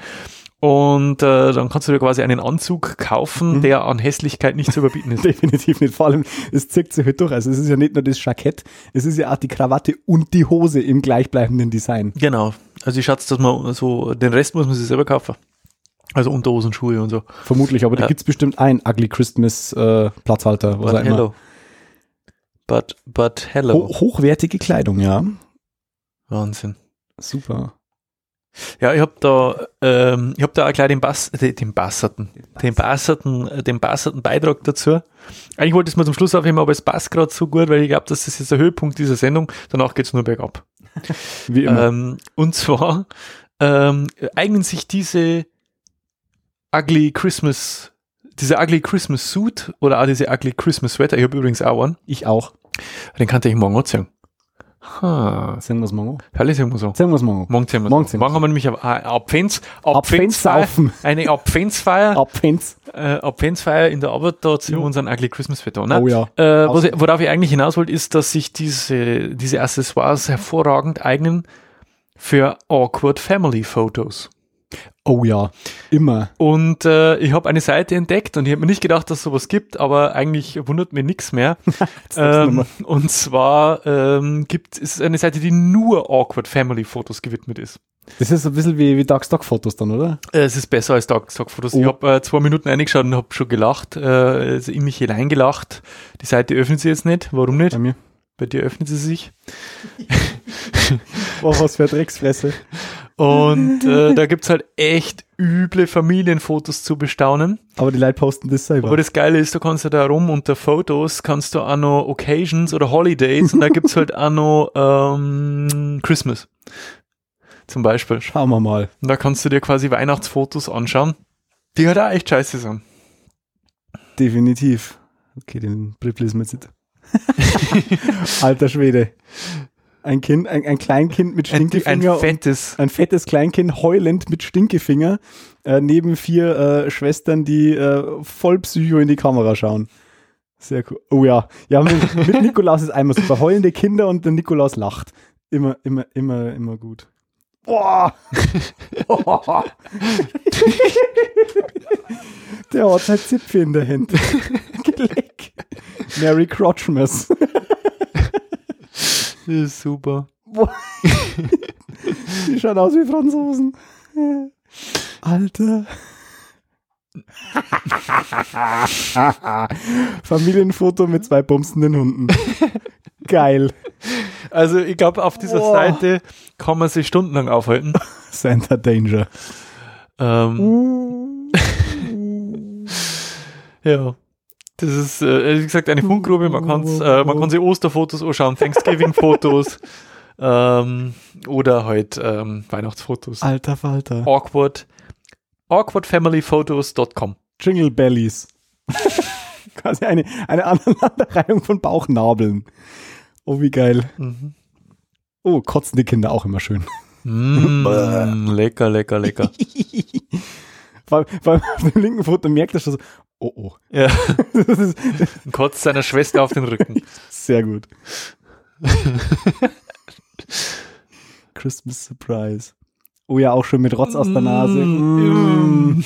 Und äh, dann kannst du dir quasi einen Anzug kaufen,
Mhm.
der an Hässlichkeit nicht zu überbieten ist.
Definitiv nicht. Vor allem, es zirkt sich halt durch. Also es ist ja nicht nur das Jackett, es ist ja auch die Krawatte und die Hose im gleichbleibenden Design.
genau. Also ich schätze, dass man so, den Rest muss man sich selber kaufen. Also Unterhosen, Schuhe und so.
Vermutlich, aber da
Ja.
gibt's bestimmt ein Ugly Christmas äh, Platzhalter, was auch immer.
But, but hello.
Ho hochwertige Kleidung, ja.
Wahnsinn.
Super.
Ja, ich hab da, ähm, ich hab da auch gleich den Bass, den, den Basserten, den Basserten, äh, den Basserten Beitrag dazu. Eigentlich wollte ich es mir zum Schluss aufheben, aber es passt gerade so gut, weil ich glaube, das ist jetzt der Höhepunkt dieser Sendung. Danach geht's nur bergab.
Wie immer.
Ähm, und zwar ähm, eignen sich diese ugly Christmas, diese ugly Christmas Suit oder auch diese ugly Christmas Sweater. Ich habe übrigens auch einen.
ich auch.
Den kann ich morgen anziehen. Ha,
Sagen wir's morgen.
herrlich, sagen wir so.
Sagen wir's morgen.
Morgen ziehen wir
Morgen
Morgen,
ziehen wir's.
Morgen haben wir nämlich äh, eine eine Abfenz, Abfenzfeier,
Abfensterhaufen.
eine Abfenzfeier,
Abfenz.
äh, Abfenzfeier in der Arbeit, da ziehen wir unseren Ugly Christmas Wetter an.
Oh ja.
Äh, was ich, worauf ich eigentlich hinaus wollte, ist, dass sich diese, diese Accessoires hervorragend eignen für Awkward Family Fotos.
Oh ja. Immer.
Und äh, ich habe eine Seite entdeckt und ich habe mir nicht gedacht, dass es sowas gibt, aber eigentlich wundert mir nichts mehr. ähm, und zwar ähm, gibt es eine Seite, die nur Awkward Family Fotos gewidmet ist.
Das ist so ein bisschen wie, wie Dark-Stock-Fotos dann, oder?
Äh, Es ist besser als Dark Stock Fotos. Ich
Oh.
habe äh, zwei Minuten reingeschaut und habe schon gelacht, äh, also in mich hineingelacht. Die Seite öffnet sie jetzt nicht. Warum nicht?
mir.
Bei dir öffnet sie sich.
Oh, was für eine Drecksfresse.
Und äh, da gibt's halt echt üble Familienfotos zu bestaunen.
Aber die Leute posten das selber.
Aber das Geile ist, du kannst ja da rum unter Fotos kannst du auch noch Occasions oder Holidays und da gibt's halt auch noch ähm, Christmas. Zum Beispiel.
Schauen wir mal.
Und da kannst du dir quasi Weihnachtsfotos anschauen, die halt auch echt scheiße sind.
Definitiv. Okay, den Blipp lesen wir jetzt nicht. Alter Schwede. Ein Kind, ein, ein Kleinkind mit
Ein, ein
Stinkefinger und
fettes
ein fettes Kleinkind heulend mit Stinkefinger äh, neben vier äh, Schwestern, die äh, voll Psycho in die Kamera schauen. Sehr cool. Oh ja, ja mit, mit Nikolaus ist einmal super. Heulende Kinder und der Nikolaus lacht. Immer, immer, immer, immer gut. Boah! der hat halt Zipfel in der Hand. Geleck. Merry Crotchmas.
Das ist super.
Die schauen aus wie Franzosen. Alter. Familienfoto mit zwei bumsenden Hunden. Geil.
Also ich glaube, auf dieser
Boah.
Seite kann man sich stundenlang aufhalten.
Santa Danger.
Ähm,
Uh.
Ja. Das ist, äh, wie gesagt,
Uh.
eine Fundgrube. Man kann äh, man kann sich Osterfotos anschauen, Thanksgiving-Fotos ähm, oder halt ähm, Weihnachtsfotos.
Alter Falter.
Awkward. Awkwardfamilyphotos.com.
Jingle Bellies. Quasi eine, eine Aneinanderreihung von Bauchnabeln. Oh, wie geil.
Mhm.
Oh, kotzende Kinder auch immer schön.
Mm, lecker, lecker, lecker.
Vor allem, vor allem auf dem linken Foto merkt er schon so, oh, oh.
Ja,
Das ist
und kotzt seiner Schwester auf den Rücken.
sehr gut. Christmas Surprise. Oh ja, auch schon mit Rotz aus der Nase.
Mm.
Mm.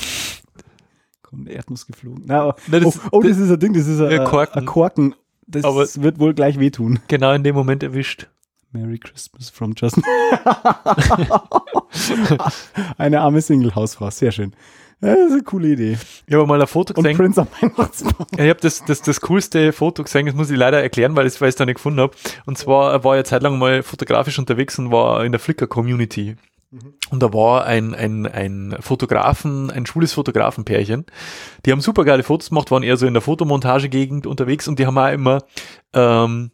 Kommt eine Erdnuss geflogen. Na, oh,
Na, das-
oh, oh, das ist ein Ding, das ist ein,
Ein Korken.
ein Korken. Das
Aber-
wird wohl gleich wehtun.
Genau in dem Moment erwischt.
Merry Christmas from Justin. Eine arme Single-Hausfrau, sehr schön. Ja, Das ist eine coole Idee.
Ich habe mal ein Foto
Und
gesehen.
Prince am Weihnachtsbaum.
Ja, ich habe das, das, das coolste Foto gesehen, das muss ich leider erklären, weil ich es weil ich's da nicht gefunden habe. Und zwar war ich eine Zeit lang mal fotografisch unterwegs und war in der Flickr-Community. Und da war ein, ein, ein Fotografen, ein schwules Fotografenpärchen. Die haben super geile Fotos gemacht, waren eher so in der Fotomontagegegend unterwegs und die haben auch immer ähm,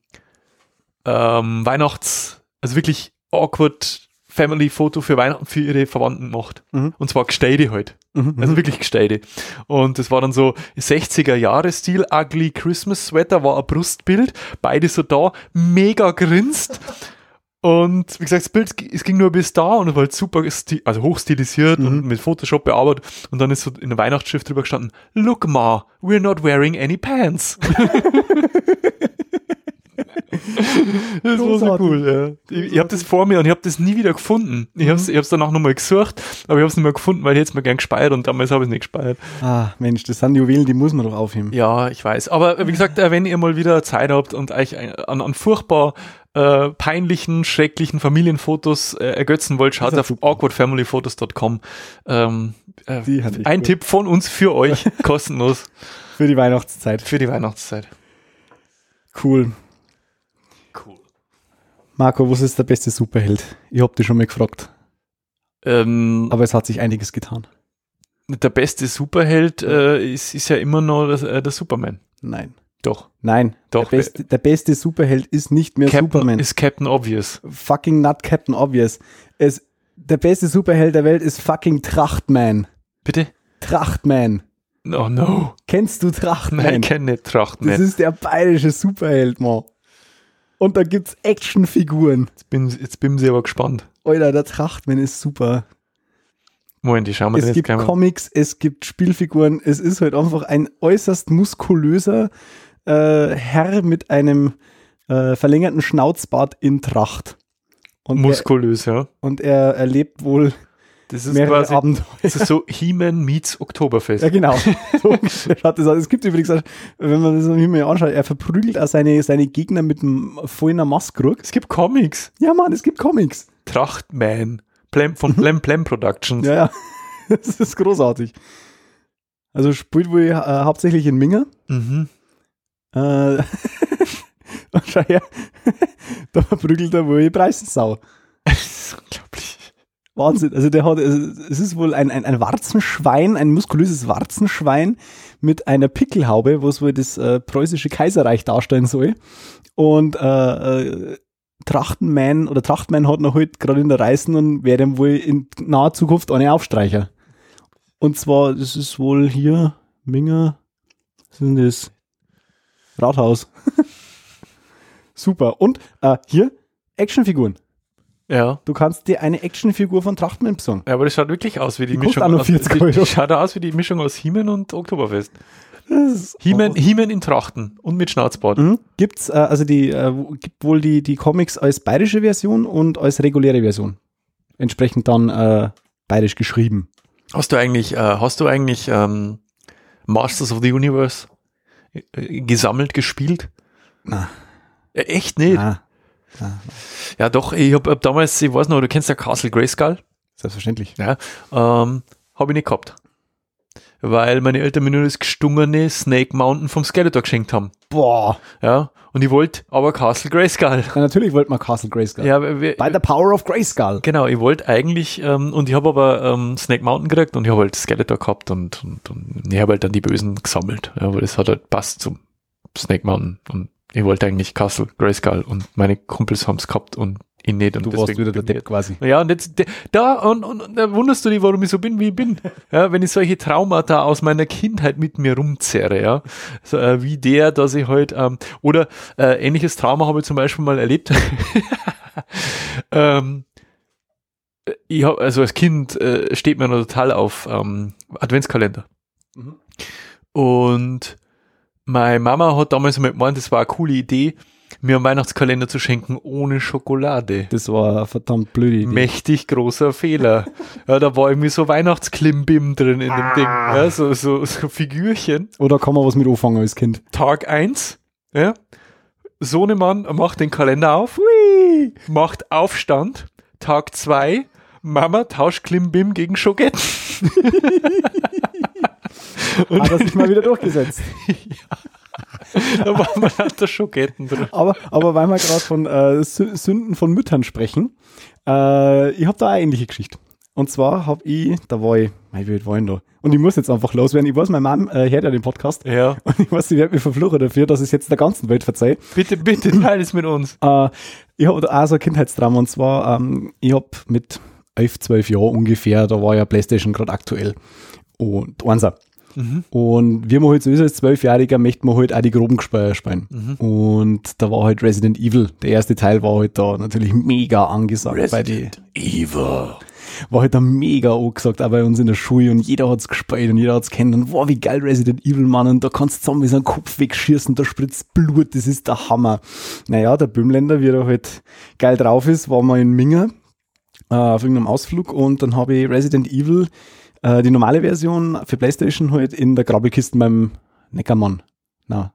ähm, Weihnachts, also wirklich awkward Family-Foto für Weihnachten für ihre Verwandten gemacht.
Mhm.
Und zwar Gesteide halt. Also wirklich Gesteide. Und das war dann so 60er-Jahre-Stil, ugly Christmas-Sweater, war ein Brustbild, beide so da, mega grinst. Und wie gesagt, das Bild, es ging nur bis da und war halt super, sti- also hochstilisiert und mit Photoshop bearbeitet. Und dann ist so in der Weihnachtsschrift drüber gestanden, look ma, we're not wearing any pants. das war so
Großartig.
cool, ja. Ich, ich habe das vor mir und ich habe das nie wieder gefunden. Ich habe es ich hab's danach nochmal gesucht, aber ich habe es nicht mehr gefunden, weil ich hätte es mir gern gespeichert und damals habe ich es nicht gespeichert.
Ah, Mensch, das sind Juwelen, die muss man doch aufheben.
Ja, ich weiß. Aber äh, wie gesagt, äh, wenn ihr mal wieder Zeit habt und euch ein- an, an furchtbar äh, peinlichen, schrecklichen Familienfotos äh, ergötzen wollt, schaut
Das
auf
ist
awkwardfamilyphotos.com. Ähm, äh,
Die hatte ich
ein
gut.
Tipp von uns für euch, kostenlos,
Für die Weihnachtszeit.
für die Weihnachtszeit.
Cool.
Cool.
Marco, was ist der beste Superheld? Ich hab dich schon mal gefragt,
Ähm,
aber es hat sich einiges getan.
der beste Superheld äh, ist, ist ja immer noch das, äh, der Superman.
Nein.
Doch.
Nein.
Doch,
Der beste, der beste Superheld ist nicht mehr
Captain
Superman.
ist Captain Obvious.
fucking not Captain Obvious. Es, der beste Superheld der Welt ist fucking Trachtman.
Bitte?
Trachtman.
Oh no.
Kennst du Trachtman?
Nein, keine Tracht
das
mehr.
ist der bayerische Superheld, Mann. Und da gibt's Actionfiguren.
Jetzt bin, jetzt bin ich aber gespannt.
Alter, der Trachtman ist super.
Moment, ich schau mir das
es
jetzt
gibt
gleich mal
Comics, es gibt Spielfiguren. Es ist halt einfach ein äußerst muskulöser äh, Herr mit einem äh, verlängerten Schnauzbart in Tracht. Und,
Muskulös, ja.
er, und er erlebt wohl
Das ist
mehrere
quasi
Abenteuer.
das ist so He-Man meets Oktoberfest.
Ja, genau. So schaut das aus. Es gibt übrigens, auch, wenn man das mir anschaut, er verprügelt auch seine, seine Gegner mit einem vollen Maskrug.
Es gibt Comics.
Ja, Mann, es gibt Comics.
Trachtman Plem, von Plem Plem Productions.
Ja, ja. Das ist großartig. Also spielt wohl äh, hauptsächlich in Minger.
Mhm.
Äh, und schau her, da verprügelt er wohl die Preissau.
Das ist unglaublich.
Wahnsinn. Also der hat, also es ist wohl ein, ein, ein Warzenschwein, ein muskulöses Warzenschwein mit einer Pickelhaube, was wohl das äh, preußische Kaiserreich darstellen soll. Und äh, äh, Trachtenmann oder Trachtmann hat noch heute gerade in der Reißen und wäre ihm wohl in naher Zukunft eine Aufstreicher. Und zwar, das ist wohl hier Minger, was ist denn das? Rathaus. Super. Und äh, hier Actionfiguren.
Ja.
Du kannst dir eine Actionfigur von Trachtmann besorgen.
ja, aber das schaut wirklich aus wie die,
Die kostet
Mischung.
auch nur
Aus, die,
40 Euro.
die schaut aus wie die Mischung aus He-Man und Oktoberfest. He-Man He in Trachten und mit Schnauzbart.
Oh. Mhm. Gibt's, äh, also die, äh, wo- gibt wohl die, die Comics als bayerische Version und als reguläre Version. Entsprechend dann äh, bayerisch geschrieben.
Hast du eigentlich, äh, hast du eigentlich ähm, Masters of the Universe äh, gesammelt gespielt?
Na.
Äh, Echt nicht?
Ah,
Ja, doch, ich habe hab damals, ich weiß noch, du kennst ja Castle Grayskull,
selbstverständlich.
ähm, habe ich nicht gehabt. Weil meine Eltern mir nur das gestungene Snake Mountain vom Skeletor geschenkt haben.
Boah.
Ja, und ich wollte aber Castle Grayskull.
Ja, natürlich wollte man Castle Grayskull.
Ja, weil wir-
By the power of Grayskull.
Genau, ich wollte eigentlich, ähm, und ich habe aber ähm, Snake Mountain gekriegt und ich habe halt Skeletor gehabt und, und, und ich habe halt dann die Bösen gesammelt. Ja, aber das hat halt passt zum Snake Mountain und ich wollte eigentlich Castle, Grayskull und meine Kumpels haben es gehabt und ich nicht. Und
Du warst
deswegen
wieder der
bin
Depp quasi.
ich- Ja, und jetzt, de- da, und, und, und da wunderst du dich, warum ich so bin, wie ich bin. Ja, wenn ich solche Traumata aus meiner Kindheit mit mir rumzerre, ja. So, äh, wie der, dass ich halt, ähm, oder äh, ähnliches Trauma habe ich zum Beispiel mal erlebt. ähm, ich hab, also als Kind äh, steht man total auf ähm, Adventskalender.
Mhm.
Und meine Mama hat damals mal gemeint, das war eine coole Idee, mir einen Weihnachtskalender zu schenken ohne Schokolade.
Das war eine verdammt blöde Idee.
Mächtig großer Fehler. ja, da war irgendwie so Weihnachtsklimbim drin in dem Ding. Ja, so, so, so Figürchen.
Oder kann man was mit anfangen als Kind?
Tag 1, ja, Sohnemann macht den Kalender auf, hui, macht Aufstand. Tag 2, Mama tauscht Klimbim gegen Schogetten.
Hat er sich mal wieder durchgesetzt.
Da war man an der Schogetten drin.
Aber, aber weil wir gerade von äh, Sü- Sünden von Müttern sprechen, äh, ich habe da eine ähnliche Geschichte. Und zwar habe ich, da war ich, mei, wie alt war ich denn da? Und ich muss jetzt einfach loswerden. Ich weiß, meine Mom äh, hört ja den Podcast.
Ja.
Und ich weiß, sie wird mir verfluchen dafür, dass ich es jetzt der ganzen Welt verzeihe.
Bitte, bitte teil es mit uns.
Äh, ich habe da auch so ein Kindheitstrauma und zwar, ähm, ich habe mit 11, 12 Jahren ungefähr, da war ja Playstation gerade aktuell und Einser. Und wir haben halt sowieso als Zwölfjähriger möchten wir halt auch die groben Gespeier spielen. Und da war halt Resident Evil, der erste Teil war halt da natürlich mega angesagt bei die.
Evil.
War halt da mega angesagt, auch bei uns in der Schule und jeder hat's gespielt und jeder hat's kennt und wow, wie geil Resident Evil, Mann, und da kannst du Zombies an den Kopf wegschießen, da spritzt Blut, das ist der Hammer. Naja, der Böhmländer, wie er halt geil drauf ist, war mal in Minger äh, auf irgendeinem Ausflug und dann habe ich Resident Evil, äh, die normale Version für Playstation halt in der Grabbelkiste beim Neckermann. Na,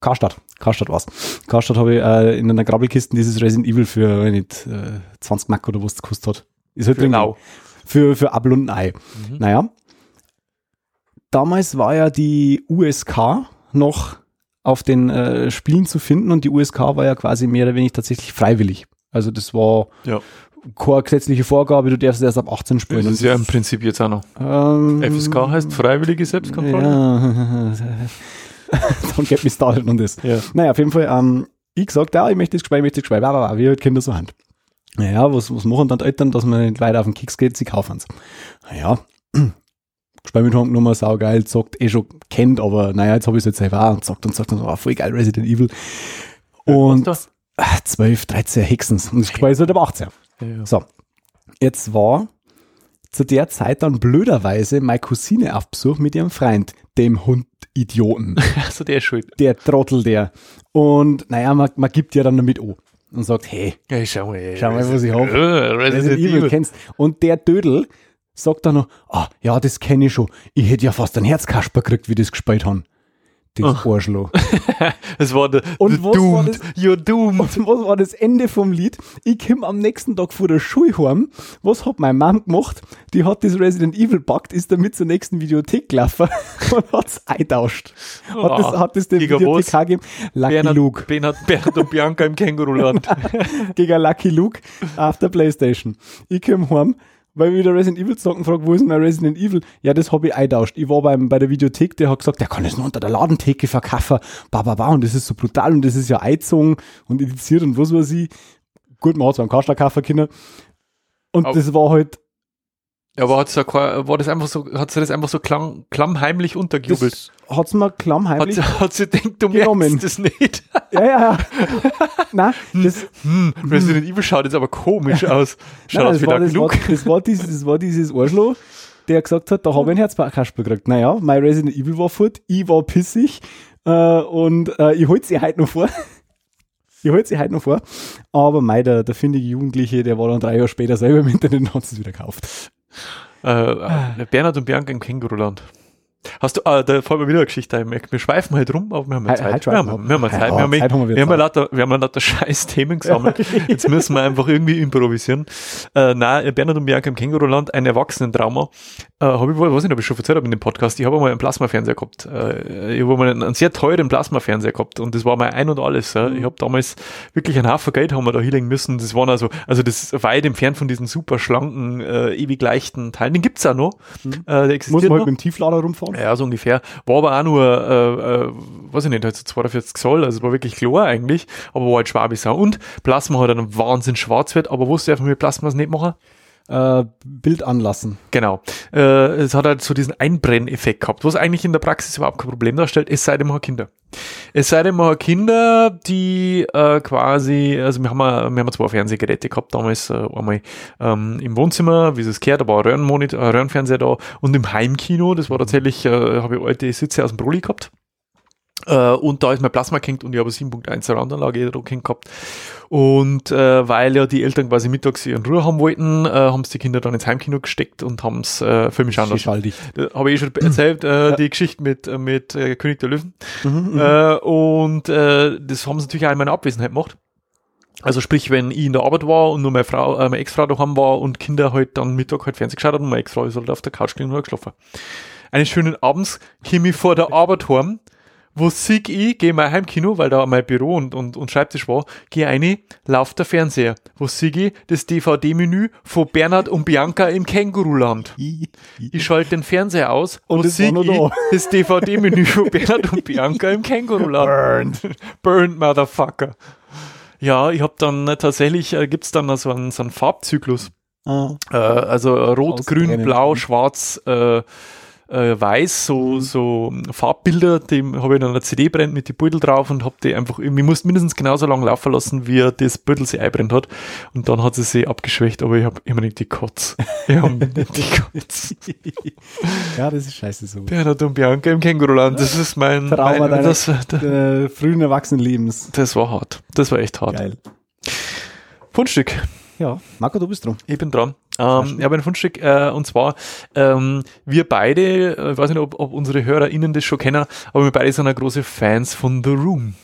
Karstadt. Karstadt war's. Karstadt habe ich äh, in einer Grabbelkiste dieses Resident Evil für, wenn nicht, äh, 20 Mark oder was es gekostet hat. Ist halt
Genau.
drin. Für, für Apfel und ein Ei. Naja. Damals war ja die USK noch auf den äh, Spielen zu finden und die USK war ja quasi mehr oder weniger tatsächlich freiwillig. Also das war
Ja.
keine gesetzliche Vorgabe, du darfst erst ab 18 spielen.
Das ist ja im Prinzip jetzt auch noch.
ähm,
FSK heißt Freiwillige Selbstkontrolle.
ja. Dann geht mich startet und das.
Ja.
Naja, auf jeden Fall, ähm, ich gesagt, ja, ich möchte das Gespräch, ich möchte das Gespräch, bla, bla, bla, wie halt Kinder so hand. Naja, was, was machen dann die Eltern, dass man nicht weiter auf den Keks geht, sie kaufen es. Naja, Gespräch mit Handnummer, saugeil, sagt, eh schon kennt, aber naja, jetzt habe ich es jetzt selber auch und sagt und sagt und so, ah, voll geil, Resident Evil. Und
was
12, 13 Hexens. Und das Gespräch ist halt ab 18.
Ja, ja.
So, jetzt war zu der Zeit dann blöderweise meine Cousine auf Besuch mit ihrem Freund, dem Hund-Idioten,
Also der ist schuld.
der Trottel, der. Und naja, man, man gibt ja dann damit an und sagt, hey,
Ja, schau mal.
Schau mal, was ich hab.
Äh, Resident,
Resident Evil
Evil.
kennst. Und der Dödel sagt dann noch, ah, ja, das kenne ich schon. Ich hätte ja fast einen Herzkasper gekriegt, wie das gespielt haben. Das Arschloch.
Es war Oh, der
Und
the
was war
Doomed. You're Doomed.
Und was war das Ende vom Lied? Ich komm am nächsten Tag vor der Schule heim. Was hat meine Mom gemacht? Die hat das Resident Evil packt, ist damit zur nächsten Videothek gelaufen und hat's eingetauscht. Hat, das,
Ah,
hat das der
gegen
Videothek
was?
gegeben? Lucky
Bernhard,
Luke.
Bernhard, Bernhard und Bianca im Känguruland.
Gegen Lucky Luke auf der Playstation. Ich komm heim. Weil ich wieder Resident Evil zocken frage, wo ist mein Resident Evil? Ja, das habe ich eingetauscht. Ich war beim, bei der Videothek, der hat gesagt, der kann das nur unter der Ladentheke verkaufen. Ba, ba, ba, und das ist so brutal und das ist ja eingezogen und indiziert und was weiß ich. Gut, man hat zwar einen Karstadt kaufen können. Und
Au.
das war halt,
Ja, aber hat's da, kein- war das einfach so, hat sie das einfach so klamm, klammheimlich untergejubelt?
das hat's mir
Hat
klammheimlich.
sie, hat sie denkt, du
Genommen.
merkst es nicht.
Ja, ja, ja. Nein, das,
Hm, Resident Evil schaut jetzt aber komisch aus. Schaut
Nein,
aus
das,
wie
war,
Dark
das, war,
Luke.
das, war dieses, das war dieses Arschloch, der gesagt hat, da habe ich einen Herzkasper gekriegt. Naja, mein Resident Evil war fort, ich war pissig äh, und äh, ich halte sie heute noch vor. ich halte sie heute noch vor. Aber mei, der, der findige Jugendliche, der war dann drei Jahre später selber im Internet und hat es wieder gekauft.
Äh, äh, Bernhard und Bianca im Känguruland. Hast du, ah, da fällt mir wieder eine Geschichte ein. Wir wir schweifen halt rum, aber wir haben ja
Halt-
Zeit.
halt
wir,
schweifen
haben, wir haben
rum.
oh, Zeit. Wir
Ja,
haben,
Zeit haben wir wieder
wir, haben
Zeit.
lauter, wir haben ja lauter scheiß Themen gesammelt. Jetzt müssen wir einfach irgendwie improvisieren. Äh, nein, Bernhard und Bianca im Känguruland, ein Erwachsenentrauma. Äh, habe ich, wohl- weiß nicht, ob ich schon erzählt habe in dem Podcast. Ich habe einmal einen Plasmafernseher gehabt. Äh, ich habe mal einen, einen sehr teuren Plasmafernseher gehabt und das war mein Ein und Alles. Ja. Ich habe damals wirklich einen Haufen Geld haben wir da hinlegen müssen. Das waren also, also das ist weit entfernt von diesen super schlanken, äh, ewig leichten Teilen. Den gibt's auch noch. Äh, der
Muss
existiert
man halt
noch.
mit dem Tieflader rumfahren?
Ja, so ungefähr. War aber auch nur, äh, äh, weiß ich nicht, halt so 42 Zoll, also war wirklich klar eigentlich, aber war halt Schwabisau. Und Plasma hat einen Wahnsinn Schwarzwert, aber wusste einfach mit Plasmas nicht machen.
Äh, Bild anlassen.
Genau. Äh, es hat halt so diesen Einbrenneffekt gehabt, was eigentlich in der Praxis überhaupt kein Problem darstellt, es sei denn, man hat Kinder. Es sei denn, man hat Kinder, die äh, quasi, also wir haben, ja- wir haben ja zwei Fernsehgeräte gehabt damals, äh, einmal ähm, im Wohnzimmer, wie es gehört, da war ein Röhrenmonitor, äh, Röhrenfernseher da und im Heimkino, das war tatsächlich, äh, habe ich alte Sitze aus dem Brulli gehabt. Äh, und da ist mein Plasma gehängt und ich habe eine 7.1 Randanlage eh da gehängt gehabt. Und äh, weil ja die Eltern quasi mittags ihren Ruhe haben wollten, äh, haben sie die Kinder dann ins Heimkino gesteckt und haben es äh, Filme schauen lassen.
Schalldicht.
Äh, Habe ich eh schon erzählt, äh, die Geschichte mit, äh, mit äh, König der Löwen. Äh, und äh, das haben sie natürlich auch in meiner Abwesenheit gemacht. Also sprich, wenn ich in der Arbeit war und nur meine Frau, äh, meine Ex-Frau daheim war und Kinder halt dann Mittag halt Fernsehen geschaut haben und meine Ex-Frau ist halt auf der Couch gelegen und hat geschlafen. Eines schönen Abends käme ich vor der Arbeit heim, wo sieg ich, gehe in mein Heimkino, weil da mein Büro und, und, und Schreibtisch war, gehe rein, lauft der Fernseher. Wo sieg ich das DVD-Menü von Bernhard und Bianca im Känguruland. Ich schalte den Fernseher aus und
es
sehe
war nur
ich das DVD-Menü von Bernhard und Bianca im Känguruland. Burned. Burned, Motherfucker. Ja, ich habe dann äh, tatsächlich, äh, gibt's dann so einen, so einen Farbzyklus.
Ah.
Äh, also rot,
Ausbrennen.
grün, blau, schwarz, äh, äh, weiß, so, so Farbbilder, dem habe ich dann eine CD brennt mit die Beutel drauf und habe die einfach, irgendwie musste mindestens genauso lange laufen lassen, wie das Beutel sie einbrennt hat. Und dann hat sie sie abgeschwächt, aber ich habe immer nicht die Kotz. Ich habe nicht die Kotz.
Oh Ja, das ist scheiße so.
Bernhard und Bianca im Känguruland, das ist mein,
Trauma
mein
deines-
das, das,
Äh, frühen Erwachsenenlebens.
das war hart. Das war echt hart.
Geil.
Fundstück.
Ja. Marco, du bist dran.
Ich bin dran. Ähm, ich habe ein Fundstück äh, und zwar, ähm, wir beide, äh, ich weiß nicht, ob, ob unsere HörerInnen das schon kennen, aber wir beide sind ja große Fans von The Room.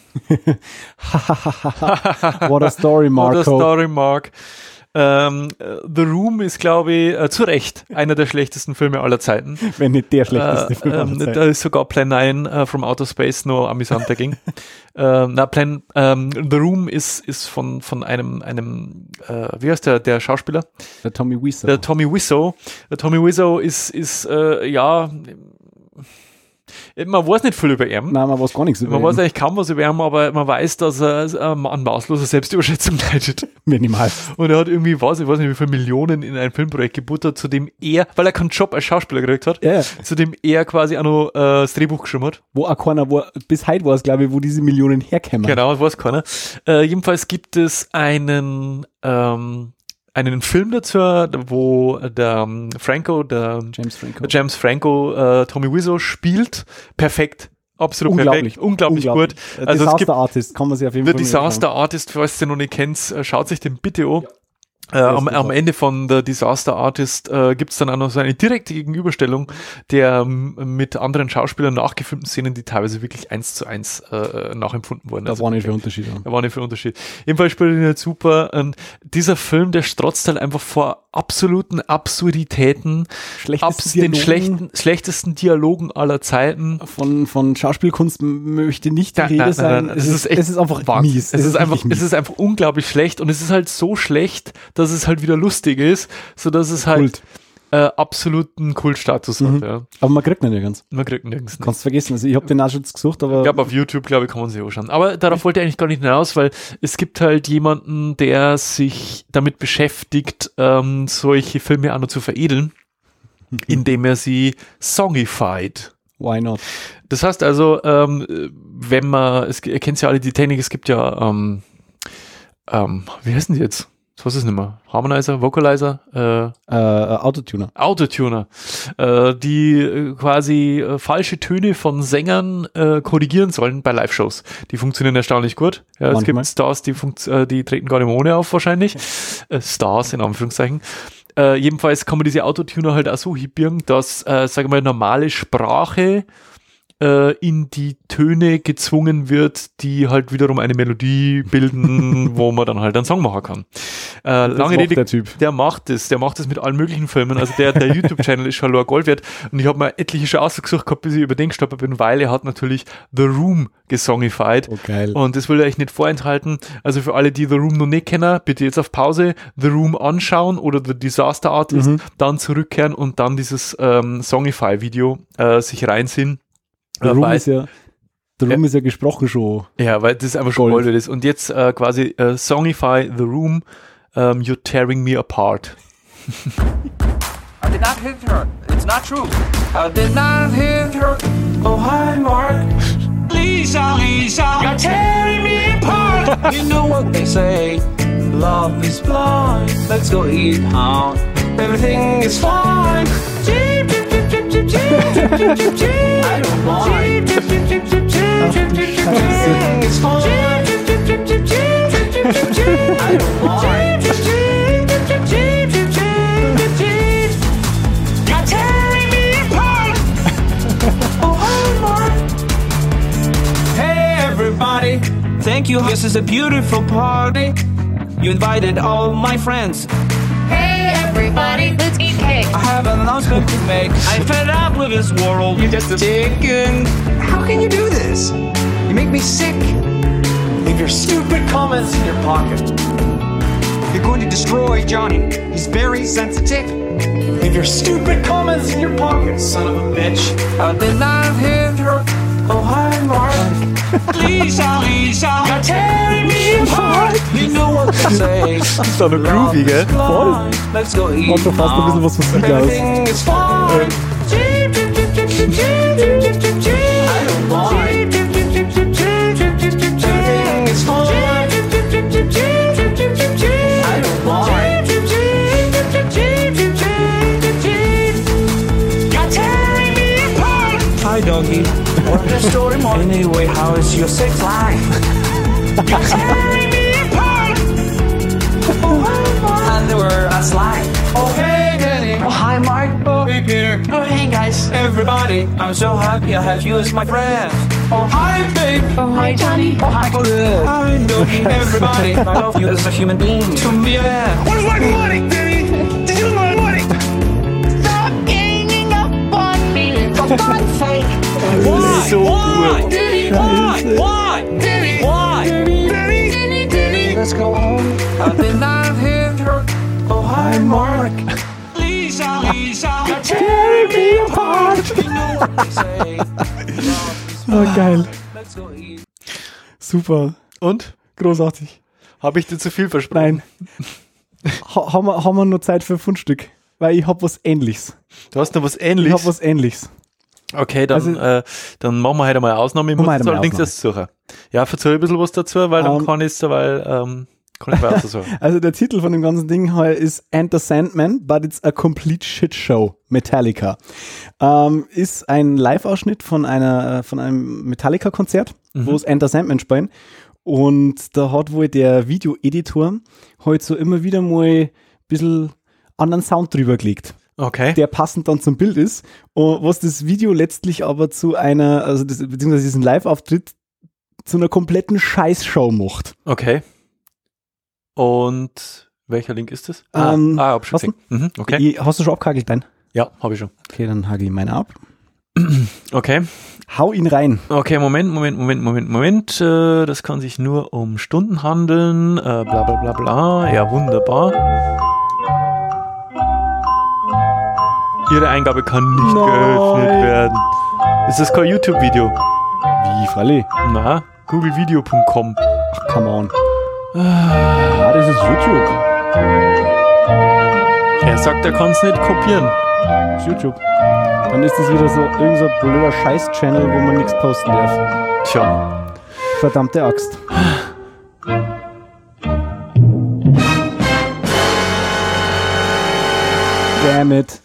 What a story,
Oder
Marco.
Story Mark. Ähm, äh, The Room ist, glaube ich, äh, zu Recht einer der schlechtesten Filme aller Zeiten.
Wenn nicht der
Äh,
schlechteste Film aller
ähm,
Zeiten.
da ist sogar Plan 9 äh, from Outer Space noch amüsanter ging. ähm, na, Plan, ähm, The Room ist, ist von, von einem, einem äh, wie heißt der, der Schauspieler?
Der Tommy Wiseau.
Der Tommy Wiseau. Der Tommy Wiseau ist, ist äh, ja, man weiß nicht viel über ihn.
Nein, man weiß gar nichts über
Man
ihn.
weiß eigentlich kaum was über ihn, aber man weiß, dass er äh, an maßloser Selbstüberschätzung leidet.
Minimal.
Und er hat irgendwie, was, ich weiß nicht, wie viele Millionen in ein Filmprojekt gebuttert, zu dem er, weil er keinen Job als Schauspieler gekriegt hat,
Ja, ja.
zu dem er quasi auch noch äh, das Drehbuch geschrieben hat.
Wo auch keiner, wo, bis heute war es, glaube ich, wo diese Millionen herkämen.
Genau, das weiß keiner. Äh, jedenfalls gibt es einen, ähm, einen Film dazu, wo der ähm, Franco, der
James Franco.
James Franco, äh, Tommy Wiseau spielt perfekt. Absolut
Unglaublich. Äh,
perfekt. Unglaublich, gut. Also es
Disaster
gibt
Artist, kann man sich auf jeden
The
Fall merken.
Ne, Disaster Artist, falls ihr noch nicht kennt, äh, schaut sich den bitte an. Äh,
ist
am,
super.
am Ende von The Disaster Artist äh, gibt's dann auch noch so eine direkte Gegenüberstellung der ähm, mit anderen Schauspielern nachgefilmten Szenen, die teilweise wirklich eins zu eins äh, nachempfunden wurden.
Da
Also
war nicht viel Unterschied.
da war nicht viel Unterschied. Jedenfalls spielt ihn halt super. Und dieser Film, der strotzt halt einfach vor absoluten Absurditäten,
Schlechtes
abs den
Dialogen.
schlechten, schlechtesten Dialogen aller Zeiten.
Von, von Schauspielkunst möchte nicht die
Nein,
Rede
nein, nein,
sein.
nein, es ist echt
es ist einfach
Wahnsinn.
mies.
Es, ist, einfach,
richtig mies.
es ist einfach unglaublich schlecht und es ist halt so schlecht, dass es halt wieder lustig ist, so dass es halt
Kult.
äh, absoluten Kultstatus hat. Ja.
Aber man kriegt ihn nirgends.
Man kriegt nirgends.
Kannst du vergessen. Also ich habe den auch schon gesucht, aber
Ich glaube, auf YouTube, glaube ich, kann man sich anschauen. Aber darauf wollte ich eigentlich gar nicht hinaus, weil es gibt halt jemanden, der sich damit beschäftigt, ähm, solche Filme auch noch zu veredeln,
Mhm.
indem er sie songified.
why not?
Das heißt also, ähm, äh, wenn man, es, ihr kennt ja alle die Technik, es gibt ja, ähm, ähm, wie heißen die jetzt? Ich weiß es nicht mehr. Harmonizer, Vocalizer,
Äh, äh, Autotuner.
äh, Autotuner, äh, die äh, quasi äh, falsche Töne von Sängern äh, korrigieren sollen bei Live-Shows. Die funktionieren erstaunlich gut. Ja, es
Manchmal.
gibt Stars, die, funkt- äh, die treten gar nicht mehr ohne auf wahrscheinlich. Äh, Stars in Anführungszeichen. Äh, jedenfalls kann man diese Autotuner halt auch so hibieren, dass, äh, sagen wir mal, normale Sprache äh, in die Töne gezwungen wird, die halt wiederum eine Melodie bilden, wo man dann halt einen Song machen kann. Äh, lange
macht
Rede,
der Typ.
der macht das, der macht das mit allen möglichen Filmen. Also der, der YouTube-Channel ist schon ein Gold wert. Und ich habe mir etliche schon ausgesucht gehabt, bis ich über den gestolpert bin, weil er hat natürlich The Room gesongified.
Oh, geil.
Und das will ich euch nicht vorenthalten. Also für alle, die The Room noch nicht kennen, bitte jetzt auf Pause, The Room anschauen oder The Disaster Artist,
Mhm.
dann zurückkehren und dann dieses ähm, Songify-Video äh, sich reinziehen.
The
Äh,
Room,
weil-
ist ja, The Room ist ja gesprochen schon.
ja, weil das ist einfach schon
Gold.
Gold ist. Und jetzt äh, quasi äh, Songify The Room, ähm, You're Tearing Me Apart.
I did not hit her. It's not true. I did not hit her. Oh, hi, Mark. Lisa, Lisa, you're tearing me apart. you know what they say. Love is blind. Let's go eat out. Everything is fine. Jeep, jeep, jeep, jeep, jeep, jeep, jeep, jeep, jeep. I don't mind. Jeep, jeep, jeep, jeep, jeep, jeep, jeep, jeep, jeep. Everything is fine. Jeep, jeep, jeep, jeep, jeep, jeep, jeep, jeep, jeep. I don't mind. Jeep, jeep, jeep, jeep, jeep, jeep, jeep, jeep, jeep. You're tearing me apart. oh, hi, Mark. Hey, everybody. Thank you. This is a beautiful party. You invited all my friends.
Hey everybody, let's eat cake.
I have an announcement to make. I'm fed up with this world. You're just a chicken. How can you do this? You make me sick. Leave your stupid comments in your pocket. You're going to destroy Johnny. He's very sensitive. Leave your stupid comments in your pocket, son of a bitch. I did not hit her. Oh, hi, Mark. Lisa, Lisa, you're tearing me apart. You know what they say.
Das ist doch nur groovy, gell?
Voll.
Let's go eat.
Macht doch fast ein bisschen was von Sieger aus.
Everything is fine.
Äh.
Jeep, jeep, jeep, jeep, jeep, jeep, jeep, jeep, jeep. I don't mind. Jeep, jeep, jeep, jeep, jeep, jeep, jeep, jeep, jeep. Everything is fine. Jeep, jeep, jeep, jeep, jeep, jeep, jeep, jeep. I don't mind. Jeep, jeep, jeep, jeep, jeep, jeep, jeep, jeep, jeep. You're tearing me apart. Hi, doggy. What's the story, Mom? Anyway, how is your sex life? You're tearing me apart. And they were a slide. Oh, hey, Danny. Oh, hi, Mark. Oh, hey, Peter. Oh, hey, guys. Everybody, I'm so happy I have you as my friend. Oh, hi, babe. Oh, hi, Johnny. Oh, hi, Good. I know you, everybody. I love you as a human being. To me, yeah. Where's my money, Danny? Did you my money?
Stop ganging up on me, for God's sake.
Why?
So
Why?
cool.
Diddy, why? Why? Diddy, why? Diddy, Diddy, Diddy. Let's go home. I've been not hit her. Oh, hi, Mark. Lisa, Lisa, you're tearing me apart. You know what they say.
Oh, geil.
Let's go eat.
Super.
Und?
Großartig.
Habe ich dir zu viel versprochen?
Nein. ha, haben, wir, haben wir noch Zeit für ein Fundstück? Weil ich hab was Ähnliches.
Du hast noch was
Ich
ähnliches.
hab was Ähnliches.
Okay, dann,
Also-
äh, dann machen wir heute mal eine Ausnahme. Ich
Machen
muss
wir
jetzt
heute mal
allerdings
eine
erst suchen. Ja, erzähl ein bisschen was dazu, weil
Ähm,
dann kann ich es, weil, ähm, kann ich weiter sagen.
Also der Titel von dem ganzen Ding heuer ist And the Sandman, but it's a complete shit show. Metallica. Ähm, ist ein Live-Ausschnitt von einer äh, von einem Metallica-Konzert, wo es And the Sandman spielen. Und da hat wohl der Videoeditor heute so immer wieder mal ein bisschen anderen Sound drüber gelegt
Okay.
der passend dann zum Bild ist. Und was das Video letztlich aber zu einer, also das, beziehungsweise diesen Live-Auftritt zu einer kompletten Scheißshow macht.
Okay. Und welcher Link ist das? Ah,
Ähm,
ah hab schon
was
gesehen. Mhm, okay.
Ich- Hast du schon abgehagelt, dein?
Ja, habe ich schon.
Okay, dann hagel ich meinen ab.
Okay.
Hau ihn rein.
Okay, Moment, Moment, Moment, Moment, Moment. Äh, das kann sich nur um Stunden handeln. Äh, bla bla bla bla. Ja, wunderbar. Ihre Eingabe kann nicht
Nein.
geöffnet werden. Ist das kein YouTube-Video?
Wie, Fralle?
Na, googlevideo.com.
Ach, come on. Ah, das ist YouTube.
Er sagt, er kann es nicht kopieren.
Das ist YouTube. Dann ist das wieder so irgendein so ein blöder Scheiß-Channel, wo man nichts posten darf.
Tja,
Verdammte Axt. Damn it.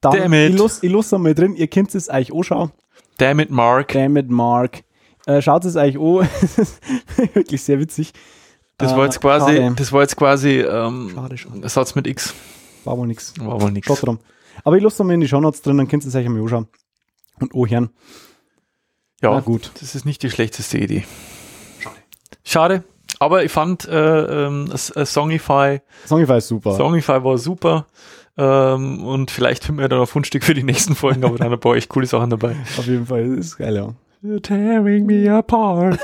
Dann,
Damn it.
Ich lass, ich lass einmal drin, ihr könnt es euch anschauen.
damn it, Mark.
Damn it, Mark. Äh, Schaut es euch an. Wirklich sehr witzig.
Das
äh,
war jetzt quasi,
schade.
das war jetzt quasi ähm,
Schade, schade.
ein Satz mit X.
war wohl nix.
War wohl nix.
Schade drum. Aber ich lasse nochmal in die Shownotes drin, dann könnt ihr es euch einmal anschauen. Und oh Herrn.
Ja,
Na
gut.
gut.
Das ist nicht die schlechteste Idee. Schade. Schade. Aber ich fand äh, ähm, S- äh, Songify,
Songify ist super.
Songify war super. Ähm, und vielleicht finden wir dann ein Fundstück für die nächsten Folgen, aber dann ein paar echt coole Sachen dabei.
Auf jeden Fall, das ist geil, ja.
You're tearing me apart.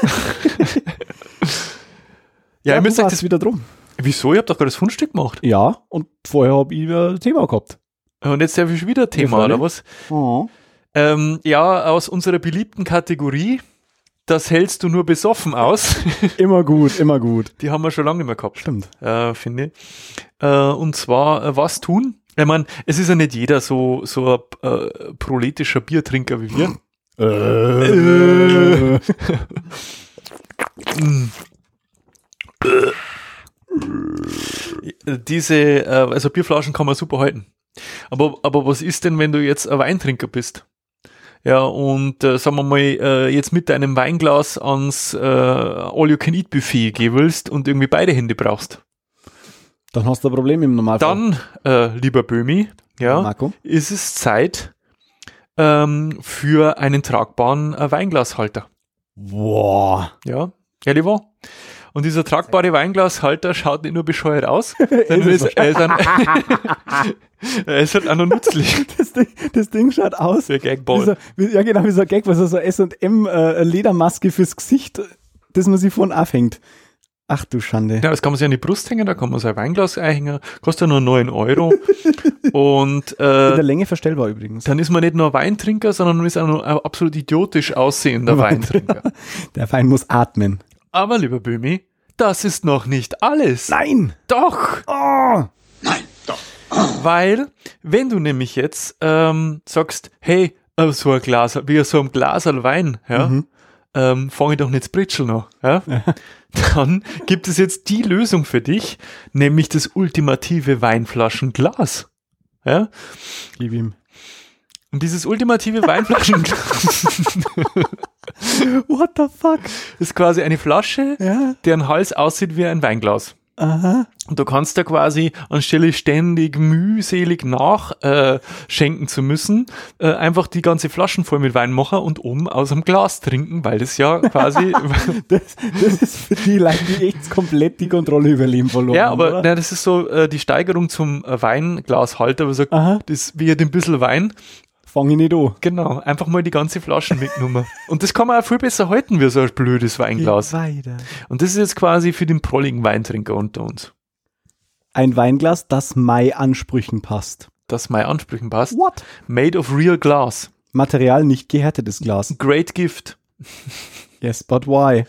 ja, ihr müsst euch das.
wieder drum.
Wieso? Ihr habt doch gerade das Fundstück gemacht.
Ja, und vorher habe ich wieder ein Thema gehabt.
Und jetzt habe ich schon wieder ein Thema,
Freude.
oder was? Ähm, ja, aus unserer beliebten Kategorie, das hältst du nur besoffen aus.
Immer gut, immer gut.
Die haben wir schon lange nicht mehr gehabt.
Stimmt.
äh, finde. ich. Äh, und zwar, äh, was tun? Ich meine, es ist ja nicht jeder so, so ein äh, proletischer Biertrinker wie wir.
Äh.
Diese, äh, also Bierflaschen kann man super halten. Aber, aber was ist denn, wenn du jetzt ein Weintrinker bist? Ja, und äh, sagen wir mal, äh, jetzt mit deinem Weinglas ans äh, All-You-Can-Eat-Buffet gehen willst und irgendwie beide Hände brauchst.
Dann hast du ein Problem im Normalfall.
Dann, äh, lieber Böhmi, ja,
Marco.
ist es Zeit ähm, für einen tragbaren äh, Weinglashalter.
Boah.
Ja, ehrlich wahr. Und dieser tragbare Weinglashalter schaut nicht nur bescheuert aus, sondern
Ist
ist,
es
er, ist ein, er ist halt auch noch nützlich.
Das Ding, das Ding schaut aus.
Der
Wie so,
Gagball.
wie, ja, genau, wie so ein Gag, was so äh, eine SM-Ledermaske fürs Gesicht, dass man sich vorn aufhängt. Ach du Schande.
Ja, das kann man sich an die Brust hängen, da kann man sein Weinglas einhängen, kostet nur 9 Euro. Und
In der
äh,
Länge verstellbar übrigens.
dann ist man nicht nur Weintrinker, sondern man ist auch noch ein absolut idiotisch aussehender Weintrinker.
Der Feind muss atmen.
Aber lieber Böhmi, das ist noch nicht alles.
Nein!
Doch!
Oh!
Weil, wenn du nämlich jetzt ähm, sagst, hey, äh, so ein Glas, wie so ein Glas Wein, ja, ähm, fange ich doch nicht zu britscheln an, ja, dann gibt es jetzt die Lösung für dich, nämlich das ultimative Weinflaschenglas. Ja?
Gib ihm.
Und dieses ultimative Weinflaschenglas
What the fuck?
ist quasi eine Flasche,
Ja.
deren Hals aussieht wie ein Weinglas.
Aha.
Und du kannst da quasi, anstelle ständig mühselig nachschenken äh, schenken zu müssen, äh, einfach die ganze Flaschen voll mit Wein machen und oben aus einem Glas trinken, weil das ja quasi.
Das, das ist für die Leute, die echt komplett die Kontrolle über Leben verloren
ja,
haben,
aber
oder?
na, das ist so äh, die Steigerung zum äh, Weinglashalter, wo ich sag,
Aha.
das wird ein bisschen Wein.
Fang ich nicht an.
Genau, einfach mal die ganze Flaschen mitgenommen. und das kann man auch viel besser halten wie so ein blödes Weinglas.
Weiter.
Und das ist jetzt quasi für den prolligen Weintrinker unter uns.
Ein Weinglas, das Mai Ansprüchen passt.
Das mein Ansprüchen passt.
What?
Made of real glass.
Material nicht gehärtetes Glas.
Great gift.
Yes, but why?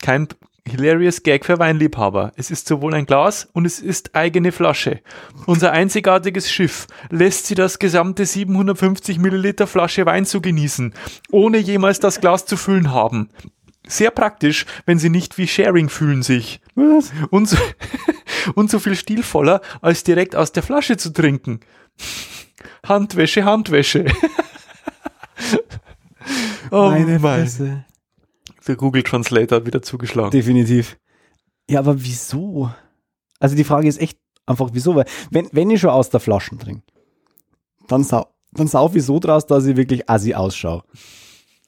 Kein hilarious Gag für Weinliebhaber. Es ist sowohl ein Glas und es ist eigene Flasche. Unser einzigartiges Schiff lässt sie das gesamte 750 Milliliter Flasche Wein zu genießen, ohne jemals das Glas zu füllen haben. Sehr praktisch, wenn sie nicht wie Sharing fühlen sich.
Was?
Und so, und so viel stilvoller, als direkt aus der Flasche zu trinken. Handwäsche, Handwäsche. Oh
Meine
mein.
Fresse.
Der Google Translator hat wieder zugeschlagen.
Definitiv. Ja, aber wieso? Also die Frage ist echt einfach, wieso? Weil wenn, wenn ich schon aus der Flasche trinke, dann sau, dann sau ich so draus, dass ich wirklich assi ausschaue.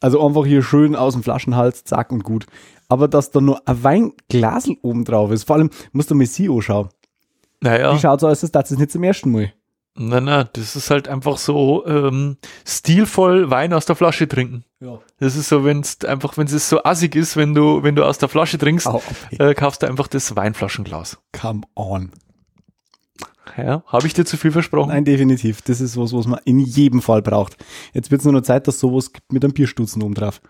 Also einfach hier schön aus dem Flaschenhals, zack und gut. Aber dass da nur ein Weinglasel oben drauf ist, vor allem musst du mir sie anschauen.
naja.
Die schaut so aus, als dass es nicht zum ersten Mal.
Na, na, das ist halt einfach so ähm, stilvoll Wein aus der Flasche trinken.
Ja.
Das ist so, wenn es einfach, wenn es so assig ist, wenn du, wenn du aus der Flasche trinkst,
Au, okay.
äh, kaufst du einfach das Weinflaschenglas.
Come on.
Ja, habe ich dir zu viel versprochen?
Nein, definitiv. Das ist was, was man in jedem Fall braucht. Jetzt wird es nur noch Zeit, dass sowas gibt mit einem Bierstutzen oben drauf.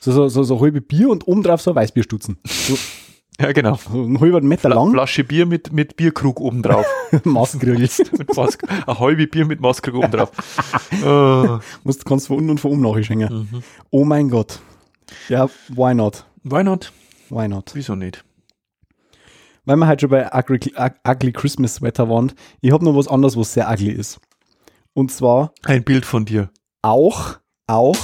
So, so, so, so halbe Bier und oben drauf so ein Weißbierstutzen. So,
Ja, genau.
so einen halben Meter lang
Flasche Bier mit, mit Bierkrug obendrauf.
Massenkriegelst.
mit Maß, ein halbe Bier mit Maßkrug obendrauf. äh,
Musst kannst von unten und von oben nachschenken. Oh mein Gott. Ja, why not?
why not?
Why not?
Wieso nicht?
Weil wir halt schon bei Ugly, ugly Christmas Sweater waren, ich habe noch was anderes, was sehr ugly ist. Und zwar
Ein Bild von dir.
auch, auch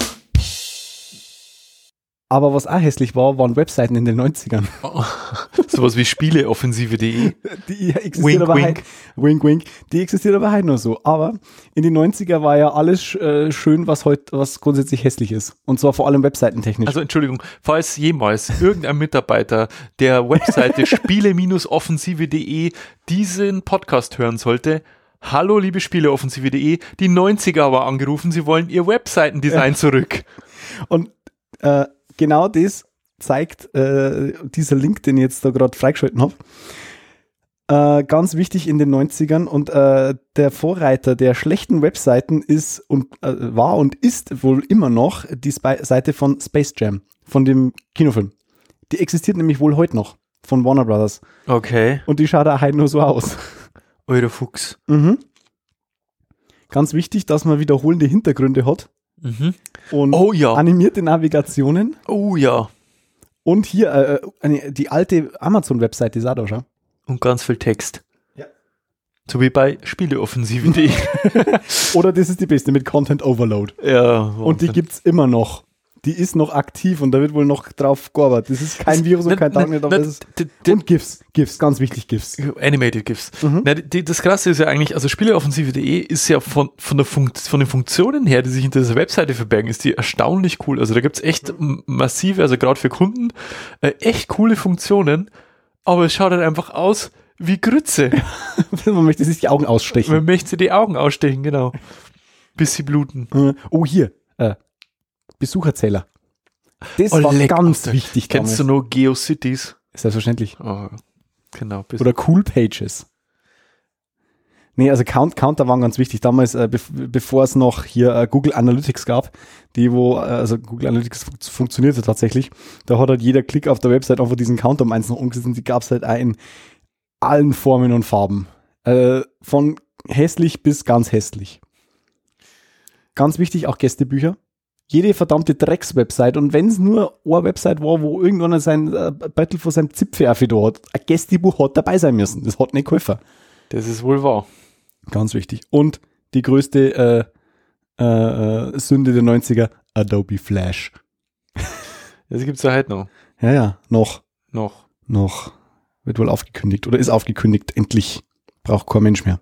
Aber was auch hässlich war, waren Webseiten in den 90ern.
Oh, Sowas wie Spieleoffensive.de.
Die existiert
Wink,
aber
wink.
Halt, wink, wink. Die existiert aber halt nur so. Aber in den 90er war ja alles äh, schön, was heute, was grundsätzlich hässlich ist. Und zwar vor allem webseitentechnisch.
Also Entschuldigung, falls jemals irgendein Mitarbeiter der Webseite spiele-offensive.de diesen Podcast hören sollte, hallo liebe spieleoffensive.de, die 90er war angerufen, sie wollen ihr Webseitendesign zurück.
Und äh, genau das zeigt äh, dieser Link, den ich jetzt da gerade freigeschalten habe. Äh, ganz wichtig in den 90ern und äh, der Vorreiter der schlechten Webseiten ist und äh, war und ist wohl immer noch die Spi- Seite von Space Jam, von dem Kinofilm. Die existiert nämlich wohl heute noch von Warner Brothers
Okay.
und die schaut auch halt nur so aus.
Eure Fuchs.
Mhm. Ganz wichtig, dass man wiederholende Hintergründe hat
Mhm.
und
Oh ja.
animierte Navigationen.
Oh ja.
Und hier äh, eine, die alte Amazon-Website, die sah doch schon.
Und ganz viel Text.
Ja.
So wie bei spieleoffensive.de.
Oder das ist die beste mit Content Overload.
ja.
Und die
Wahnsinn.
gibt's immer noch. Die ist noch aktiv und da wird wohl noch drauf gearbeitet. Das ist kein Virus und
Na,
kein
na,
Darknet.
na,
aber das ist-
d- d-
Und GIFs, GIFs, ganz wichtig, GIFs.
Animated GIFs.
Mhm.
Na, die, das Krasse ist ja eigentlich, also Spieleoffensive.de ist ja von, von, der Funkt, von den Funktionen her, die sich hinter dieser Webseite verbergen, ist die erstaunlich cool. Also da gibt's echt m-
Mhm.
massive, also gerade für Kunden, äh, echt coole Funktionen, aber es schaut halt einfach aus wie Grütze.
Man möchte sich die Augen ausstechen.
Man möchte die Augen ausstechen, genau. Bis sie bluten.
Äh, Oh, hier, äh, Besucherzähler. Das
Oh,
war
leck,
ganz
Alter.
wichtig
Kennst du
damals.
nur GeoCities?
Selbstverständlich.
Oh, genau. Bis
Oder Cool Pages. Nee, also Count, Counter waren ganz wichtig. Damals, äh, bev bevor es noch hier äh, Google Analytics gab, die wo, äh, also Google Analytics fun funktionierte tatsächlich, da hat halt jeder Klick auf der Website einfach diesen Counter um eins noch umgesetzt und die gab es halt auch in allen Formen und Farben. Äh, von hässlich bis ganz hässlich. Ganz wichtig auch Gästebücher. Jede verdammte Drecks-Website und wenn es nur eine Website war, wo irgendwann sein äh, Battle vor seinem Zipfelaffe da hat, ein Gästebuch hat dabei sein müssen. Das hat nicht geholfen.
das ist wohl wahr.
Ganz wichtig. Und die größte äh, äh, äh, Sünde der 90er, Adobe Flash.
Das gibt's ja halt noch.
Ja, ja, noch,
noch.
noch. Wird wohl aufgekündigt oder ist aufgekündigt, endlich. Braucht kein Mensch mehr.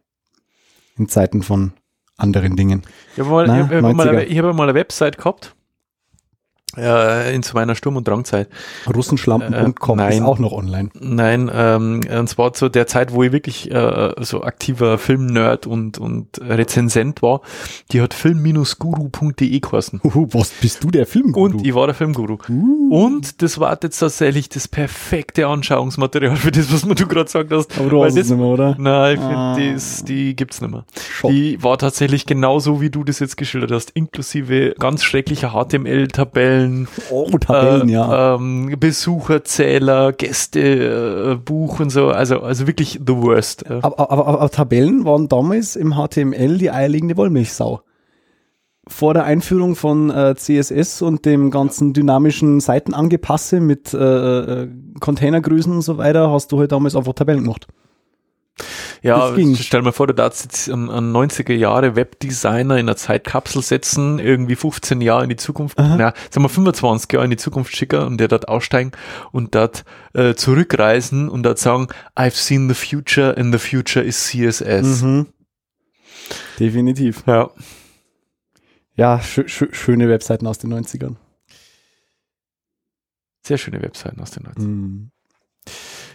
In Zeiten von anderen Dingen.
Ich habe mal,
Na,
ich hab, ich hab mal,
90er.
eine- ich hab mal eine Website gehabt. Äh, in zu meiner Sturm- und Drangzeit.
Russenschlampen.com
Äh,
ist
nein.
auch noch online.
Nein, ähm, und zwar zu der Zeit, wo ich wirklich äh, so aktiver Filmnerd und, und Rezensent war, die hat film-guru.de geheißen.
Huhu, was bist du der Filmguru?
Und ich war der Filmguru.
Uh.
Und das war jetzt tatsächlich das perfekte Anschauungsmaterial für das, was du gerade gesagt hast.
Aber du
Weil
hast es
das-
nicht mehr, oder?
Nein, ich find,
Ah.
das, die gibt's nicht mehr.
Schade.
Die war tatsächlich genauso, wie du das jetzt geschildert hast, inklusive ganz schrecklicher HTML-Tabellen,
Oh, Tabellen,
äh,
ja.
ähm, Besucherzähler, Gäste, äh, Buch und so. Also, also wirklich the worst. Äh,
Aber, aber, aber, aber Tabellen waren damals im HTML die eierlegende Wollmilchsau. Vor der Einführung von äh, CSS und dem ganzen dynamischen Seitenangepasse mit äh, äh, Containergrößen und so weiter, hast du halt damals einfach Tabellen gemacht.
ja,
das ging.
stell mal vor, du darfst jetzt einen, einen 90er Jahre Webdesigner in einer Zeitkapsel setzen, irgendwie 15 Jahre in die Zukunft, na, sagen wir 25 Jahre in die Zukunft schicken und der dort aussteigen und dort äh, zurückreisen und dort sagen, I've seen the future and the future is
Mhm.
CSS.
Definitiv.
Ja.
Ja, schö schö schöne Webseiten aus den 90ern.
Sehr schöne Webseiten aus den 90ern.
Mhm.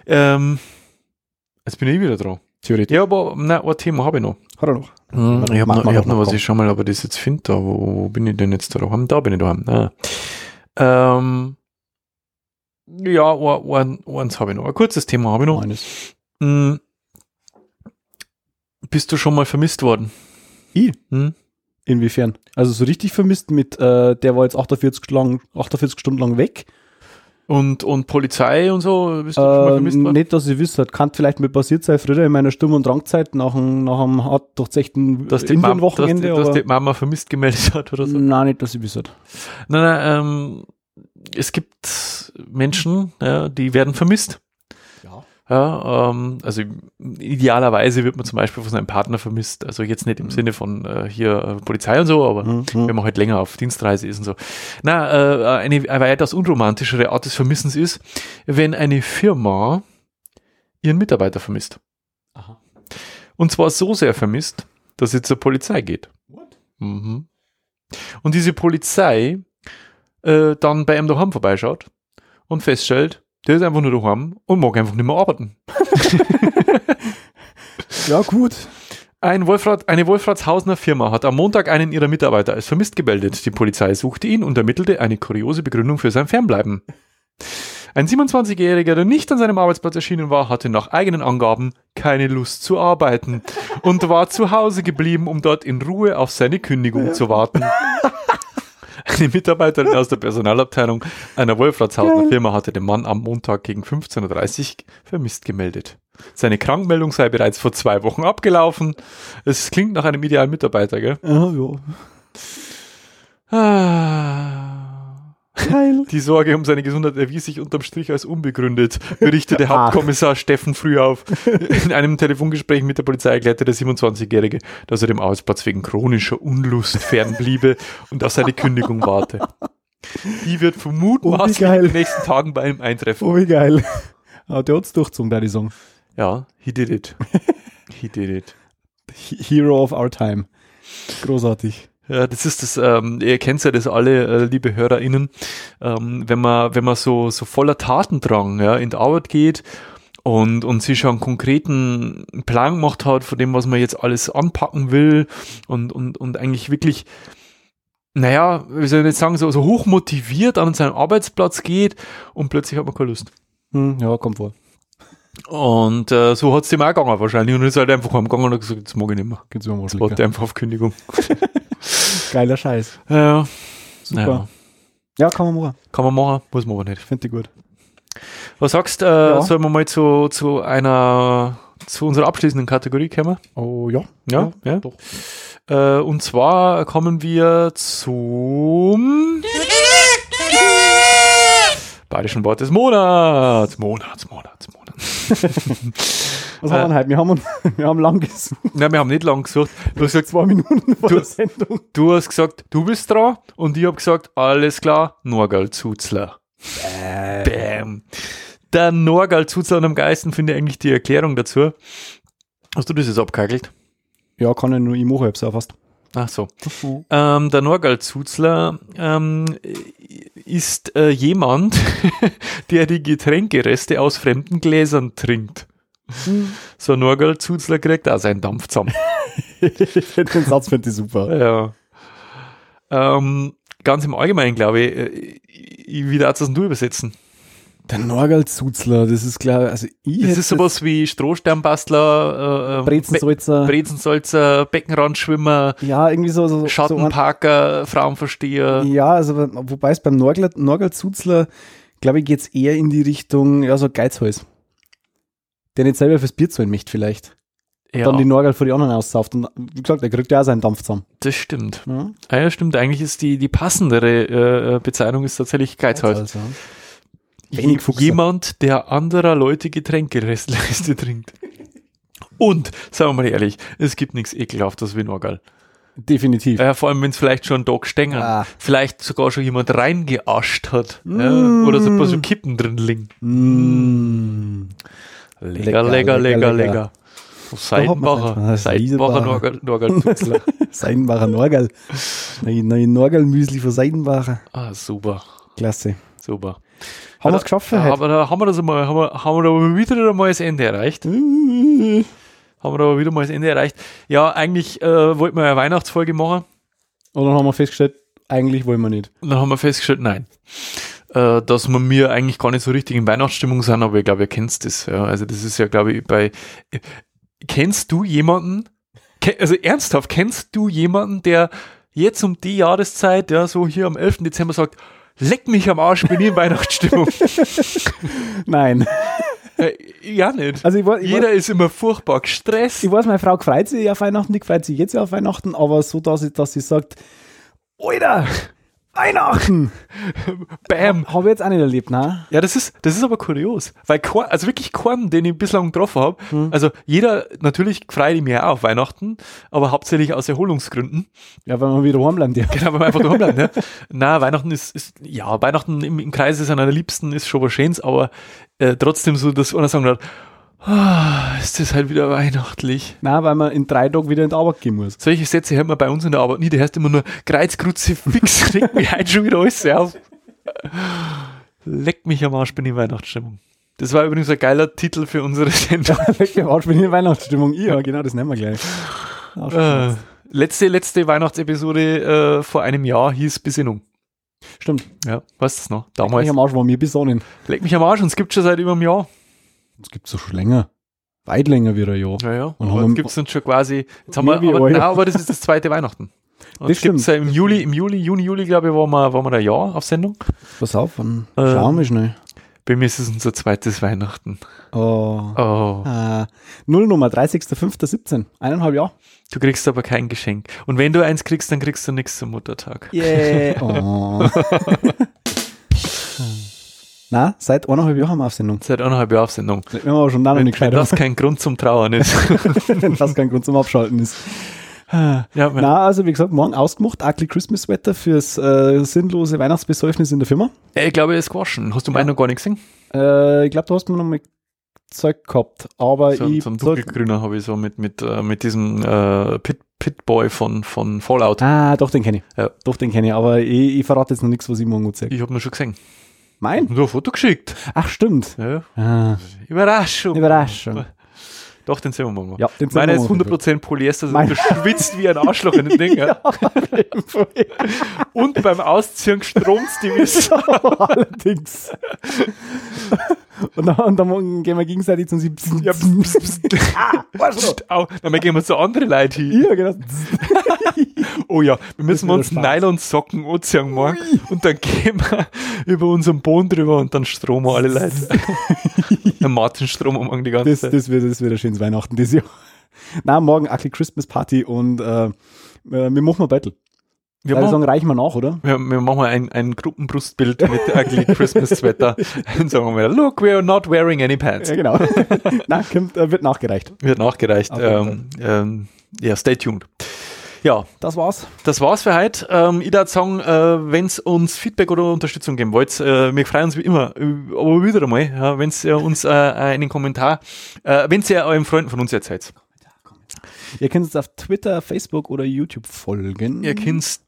Ähm, jetzt bin ich wieder dran.
Theoretisch.
Ja, aber na, ein Thema habe ich noch.
Hat er noch.
Hm, Ich habe
Mach
noch,
mal
ich
noch,
hab noch
mach
was,
komm.
ich schau mal, ob ich das jetzt finde. Wo, wo bin ich denn jetzt daheim? Da bin ich daheim. Ah. Ähm, ja, ein- ein- eins habe ich noch. Ein kurzes Thema habe ich noch.
Meines.
Hm. Bist du schon mal vermisst worden?
Ich?
Hm?
Inwiefern? Also so richtig vermisst mit, äh, der war jetzt 48, lang, 48 Stunden lang weg.
Und, und Polizei und so? Bist du schon mal
Ähm,
vermisst worden?
nicht, dass ich wüsste. Kann vielleicht mir passiert sein, früher in meiner Sturm- und Drangzeit nach einem, nach einem hart durchzechten
Dass die, Mam, dass, die,
Indienwochenende.
dass
aber-
die Mama vermisst gemeldet hat oder so?
Nein, nicht, dass ich wüsste.
Nein, nein, ähm, es gibt Menschen, ja, die werden vermisst.
Ja.
Ja, ähm, also idealerweise wird man zum Beispiel von seinem Partner vermisst. Also jetzt nicht im Sinne von äh, hier äh, Polizei und so, aber
Mhm.
wenn man halt länger auf Dienstreise ist und so. Na, äh, eine weitaus unromantischere Art des Vermissens ist, wenn eine Firma ihren Mitarbeiter vermisst.
Aha.
Und zwar so sehr vermisst, dass sie zur Polizei geht.
What?
Mhm. Und diese Polizei äh, dann bei einem daheim vorbeischaut und feststellt, der ist einfach nur daheim und mag einfach nicht mehr arbeiten.
Ja, gut.
Ein Wolfrat, eine Wolfratshausener Firma hat am Montag einen ihrer Mitarbeiter als vermisst gemeldet. Die Polizei suchte ihn und ermittelte eine kuriose Begründung für sein Fernbleiben. Ein 27-Jähriger, der nicht an seinem Arbeitsplatz erschienen war, hatte nach eigenen Angaben keine Lust zu arbeiten und war zu Hause geblieben, um dort in Ruhe auf seine Kündigung zu warten. Eine Mitarbeiterin aus der Personalabteilung einer Wolfratshausener Firma hatte den Mann am Montag gegen 15.30 Uhr vermisst gemeldet. Seine Krankmeldung sei bereits vor zwei Wochen abgelaufen. Es klingt nach einem idealen Mitarbeiter, gell?
Ja, ja.
Ah.
Geil.
Die Sorge um seine Gesundheit erwies sich unterm Strich als unbegründet, berichtete Hauptkommissar Steffen Frühauf. In einem Telefongespräch mit der Polizei erklärte der 27-Jährige, dass er dem Arbeitsplatz wegen chronischer Unlust fernbliebe und auf seine Kündigung warte. Die wird vermutmaßlich
geil.
in den nächsten Tagen bei ihm eintreffen.
Oh, wie geil. Aber der hat's durchzogen, da die Song.
Ja, he did it. He did it.
He- Hero of our time. Großartig.
Ja, das ist das, ähm, ihr kennt ja das alle, äh, liebe HörerInnen, ähm, wenn man, wenn man so, so voller Tatendrang ja, in die Arbeit geht und, und sich schon einen konkreten Plan gemacht hat, von dem, was man jetzt alles anpacken will und, und, und eigentlich wirklich, naja, wie soll ich jetzt sagen, so, so hochmotiviert an seinen Arbeitsplatz geht und plötzlich hat man keine Lust.
Hm, ja, kommt vor.
Und äh, so hat's dem auch gegangen wahrscheinlich und ist halt einfach heimgegangen und hat gesagt, das mag ich nicht mehr.
Gibt's immer mal
Warte einfach auf Kündigung.
Geiler Scheiß.
Ja,
Super.
naja,
Ja, kann man machen.
kann man machen, muss man aber nicht.
Finde ich gut.
Was sagst du, äh,
Ja.
sollen wir mal zu, zu einer, zu unserer abschließenden Kategorie kommen?
Oh, ja.
ja.
Doch.
Äh, und zwar kommen wir zum Bayerischen Wort des Monats. Monats, Monats, Monats.
Was
Äh.
haben wir denn heute? Wir haben, uns- wir haben lang gesucht.
Nein, wir haben nicht lang gesucht. Du hast gesagt,
Zwei Minuten vor
Du-
der Sendung.
du, hast gesagt, du bist dran und ich habe gesagt, alles klar, Norgal Zuzler. Bam. Der Norgal Zuzler und am Geisten finde ich eigentlich die Erklärung dazu. Hast du das jetzt abgehackelt?
Ja, kann ich nur. Ich mache jetzt auch fast.
Ach so. Ähm, der Norgal Zuzler ähm, ist äh, jemand, der die Getränkereste aus fremden Gläsern trinkt.
Hm.
So ein Norgal Zuzler kriegt auch seinen Dampf zusammen.
Den Satz finde ich super.
ja. Ähm, ganz im Allgemeinen, glaube ich, äh, ich- wie darfst du das denn du übersetzen?
Der Norgal-Zuzler, das ist klar. Also, ich
Das
hätte
ist sowas wie Strohsternbastler, äh, äh, Be
Brezensalzer.
Brezensalzer, Beckenrandschwimmer,
ja, irgendwie so. so so
Schattenparker, Frauenversteher.
Ja, also be- wobei es beim Norgler- Norgal-Zuzler, glaube ich, geht's eher in die Richtung, ja, so Geizhals. Der nicht selber fürs Bier zahlen möchte vielleicht.
Ja,
Dann die Norgal vor die anderen aussauft. Und wie gesagt, er kriegt ja auch seinen Dampf zusammen. ne?
das stimmt.
Ja?
Ah ja, stimmt. Eigentlich ist die, die passendere äh, Bezeichnung ist tatsächlich Geizhals.
Also,
Je,
Wenig Fuchs.
jemand, der anderer Leute Getränkereste trinkt. Und, sagen wir mal ehrlich, es gibt nichts ekelhaftes wie Norgal.
definitiv.
Ja, vor allem, wenn es vielleicht schon Dog stängern,
Ah.
vielleicht sogar schon jemand reingeascht hat. Ja, oder so ein paar so Kippen drin liegen.
Mm.
Lecker, lecker, lecker, lecker.
Da hat man
Seidenbacher,
halt es einfach.
Seidenbacher
Liesebacher.
Norgal- Norgal-Tutzler.
Seidenbacher Norgal. Neue, neue Norgal-Müsli von Seidenbacher.
ah, super,
Klasse.
super.
Haben wir
Ja,
es geschafft für
Also, Ja,
heute?
aber da haben wir das mal, haben wir, haben wir da aber wieder mal das Ende erreicht. Haben wir da aber wieder mal das Ende erreicht. Ja, eigentlich äh, wollten wir eine Weihnachtsfolge machen.
Oder haben wir festgestellt, eigentlich wollen wir nicht.
Und dann haben wir festgestellt, nein. Äh, dass wir mir eigentlich gar nicht so richtig in Weihnachtsstimmung sind, aber ich glaube, ihr kennt das. Ja. Also das ist ja, glaube ich, bei. äh, Kennst du jemanden? Ke also ernsthaft, kennst du jemanden, der jetzt um die Jahreszeit, ja, so hier am 11. Dezember sagt, leck mich am Arsch, bin ich in Weihnachtsstimmung?
Nein.
äh, ja, nicht.
Also ich, woll- ich, woll-
Jeder ist immer furchtbar gestresst.
ich weiß, meine Frau freut sich auf Weihnachten, die freut sich jetzt ja auf Weihnachten, aber so, dass sie, dass sie sagt, Alter, Weihnachten!
Bam!
Haben wir jetzt auch nicht erlebt, ne?
Ja, das ist, das ist aber kurios, weil Korn, also wirklich Korn, den ich bislang getroffen habe, also jeder, natürlich freue ich mich auch auf Weihnachten, aber hauptsächlich aus Erholungsgründen.
Ja, weil wir wieder warm ja.
Genau, weil man einfach daheim bleibt, ne? Na, Weihnachten ist, ist ja, Weihnachten im, im Kreise seiner Liebsten ist schon was Schönes, aber äh, trotzdem so, dass einer sagen wird, ah, ist das halt wieder weihnachtlich.
Nein, weil man in drei Tagen wieder in die Arbeit gehen muss.
Solche Sätze hört man bei uns in der Arbeit nie, die heißt immer nur Kreuzkrutze fix, kriegt mich heute schon wieder alles auf. Leck mich am Arsch, bin ich in Weihnachtsstimmung. Das war übrigens ein geiler Titel für unsere Sendung.
Weg im Arsch, bin ich in Weihnachtsstimmung. Ja, genau, das nehmen wir gleich. Auch schon
Äh,
krass.
letzte, letzte Weihnachtsepisode äh, vor einem Jahr hieß Besinnung.
Stimmt.
Ja, weißt du es noch?
Leck mich
Damals.
am Arsch war mir besonnen.
Leck mich am Arsch und es gibt schon seit über einem Jahr.
Das gibt's doch schon länger. Weit länger wieder, ja.
Naja,
Und
aber
haben-
jetzt gibt es dann schon quasi, jetzt haben wir,
Mehr wie
aber,
ein
nein,
Jahr.
aber das ist das zweite Weihnachten. Und
Das
das gibt's
stimmt.
ja im Juli, im Juli, Juni, Juli, glaube ich, waren wir, waren wir da Jahr auf Sendung.
Pass auf, dann
Äh.
schauen wir schnell.
Bei mir ist es unser zweites Weihnachten.
Oh.
Oh,
Äh, Nullnummer, 30.05.17. Eineinhalb Jahre.
du kriegst aber kein Geschenk. Und wenn du eins kriegst, dann kriegst du nichts zum Muttertag.
Yeah. Oh. Na, seit eineinhalb Jahren haben wir auf Sendung.
Seit eineinhalb Jahren auf Sendung.
Wir haben aber schon lange nicht
Wenn
gescheit,
das kein Grund zum Trauern ist.
wenn das kein Grund zum Abschalten ist.
ja, mein-
Na, also wie gesagt, morgen ausgemacht, ugly Christmas Wetter fürs äh, sinnlose Weihnachtsbesäufnis in der Firma.
Äh, ich glaube, er ist gewaschen. Hast du meinen noch gar nicht gesehen?
Äh, ich glaube, du hast mir noch mal Zeug gehabt, aber
So,
Äh, ich
so ein
soll-
dunkelgrüner habe ich so mit, mit, äh, mit diesem äh, Pit, Pitboy von, von Fallout.
Ah, doch, den kenne ich.
Ja.
Doch, den kenne ich, aber ich, ich verrate jetzt noch nichts, was ich morgen gut sage.
Ich habe ihn schon gesehen.
Mein?
Nur ein Foto geschickt.
Ach, stimmt.
Ja,
Ah,
Überraschung.
Überraschung.
Doch, den sehen wir morgen.
Ja, den sehen
Meiner
wir
ist
morgen.
100% Polyester, also
Mein-
du schwitzt wie ein Arschloch in dem Ding. Ja. Und beim Ausziehen stromst die Wiss.
Allerdings. und, dann, und dann morgen gehen wir gegenseitig zum 17.
Ja, pst, pst, pst.
ah, weißt du?
Pst, au. Na, wir gehen wir zu anderen Leuten hin.
Ja, genau.
Oh ja, wir müssen
wird
uns
der Spaß.
Nylonsocken anziehen morgen und dann gehen wir über unseren Boden drüber und dann stromen wir alle Leute. Der Martin stromen morgen die ganze
Das,
Zeit.
das, wird, das wird ein schönes Weihnachten dieses Jahr. Na, morgen Ugly Christmas Party und äh, äh, wir machen ein Battle.
Wir
Weil
machen,
sagen, reichen wir nach, oder?
wir, wir machen mal ein, ein Gruppenbrustbild mit ugly Christmas Sweater und sagen wir wieder, look, we are not wearing any pants.
Ja, genau. Na, kommt, äh, wird nachgereicht.
Wird nachgereicht.
Auf
Ähm,
jeden
ähm, ja, stay tuned. Ja,
Das war's.
das war's für heute. Ähm, ich würde sagen, äh, wenn's uns Feedback oder Unterstützung geben wollt, äh, wir freuen uns wie immer, äh, aber wieder einmal, ja, wenn's ihr uns äh, einen Kommentar, äh, wenn's ihr euren Freunden von uns erzählt.
Ihr könnt uns auf Twitter, Facebook oder YouTube folgen.
Ihr kennt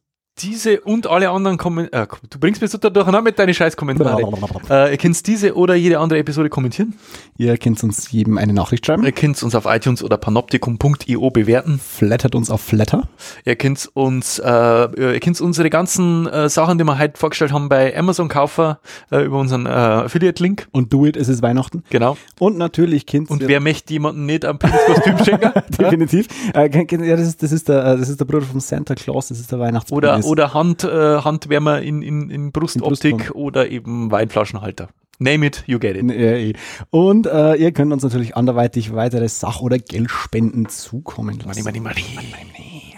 diese und alle anderen Kommentare. Äh, du bringst mich total durcheinander mit deinen scheiß Kommentaren.
Genau.
Äh, ihr könnt diese oder jede andere Episode kommentieren.
Ihr könnt uns jedem eine Nachricht schreiben.
Ihr könnt uns auf iTunes oder panoptikum.io bewerten.
Flattert uns auf Flatter.
Ihr könnt uns, äh, ihr könnt unsere ganzen äh, Sachen, die wir heute vorgestellt haben, bei Amazon kaufen äh, über unseren äh, Affiliate-Link.
Und do it, es ist Weihnachten.
Genau.
Und natürlich Kind.
Und wer möchte jemanden nicht am Pilzkostüm schenken?
definitiv. Äh, kein- kein- ja, das ist, das ist der, äh, das ist der Bruder vom Santa Claus, das ist der Weihnachtsmann.
Oder, oder Hand, äh, Handwärmer in, in, in Brustoptik
Brustform.
oder eben Weinflaschenhalter. Name it, you get it.
Nee, eh. Und äh, ihr könnt uns natürlich anderweitig weitere Sach- oder Geldspenden zukommen
Money,
lassen.
money, money.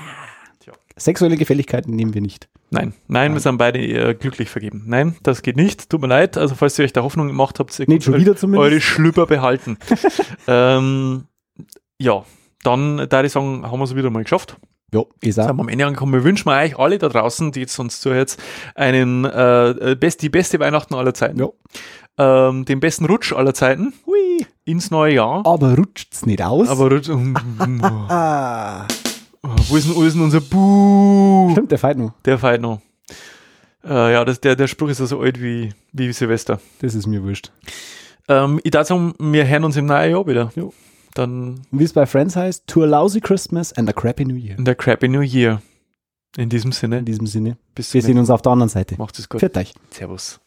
Sexuelle Gefälligkeiten nehmen wir nicht.
Nein, nein, wir sind beide äh, glücklich vergeben. Nein, das geht nicht. Tut mir leid. Also falls ihr euch da Hoffnung gemacht habt, ihr
Nicht schon
könnt
wieder zumindest.
eure Schlüpper behalten. ähm, ja, dann da ich sagen, haben wir es wieder mal geschafft.
Ja, ich
Jetzt
sag.
sind wir am Ende angekommen. Wir wünschen euch alle da draußen, die jetzt uns zuhört, einen äh, best, die beste Weihnachten aller Zeiten.
Ja.
Ähm, den besten Rutsch aller Zeiten
Hui.
ins neue Jahr.
Aber rutscht's nicht aus.
Aber Rutsch. um,
ah.
wo, ist denn, wo ist denn unser Buh?
Stimmt, der Fight noch.
Der feiert noch. Äh, ja, das, der, der Spruch ist ja so alt wie, wie Silvester.
Das ist mir wurscht.
Ähm, ich darf sagen, wir hören uns im neuen Jahr wieder. Dann
Und wie es bei Friends heißt, to a lousy Christmas and a crappy New Year.
in der Crappy New Year. In diesem Sinne,
In diesem Sinne,
bis zum
wir sehen uns auf der anderen Seite.
Macht es gut.
Pfiat euch.
Servus.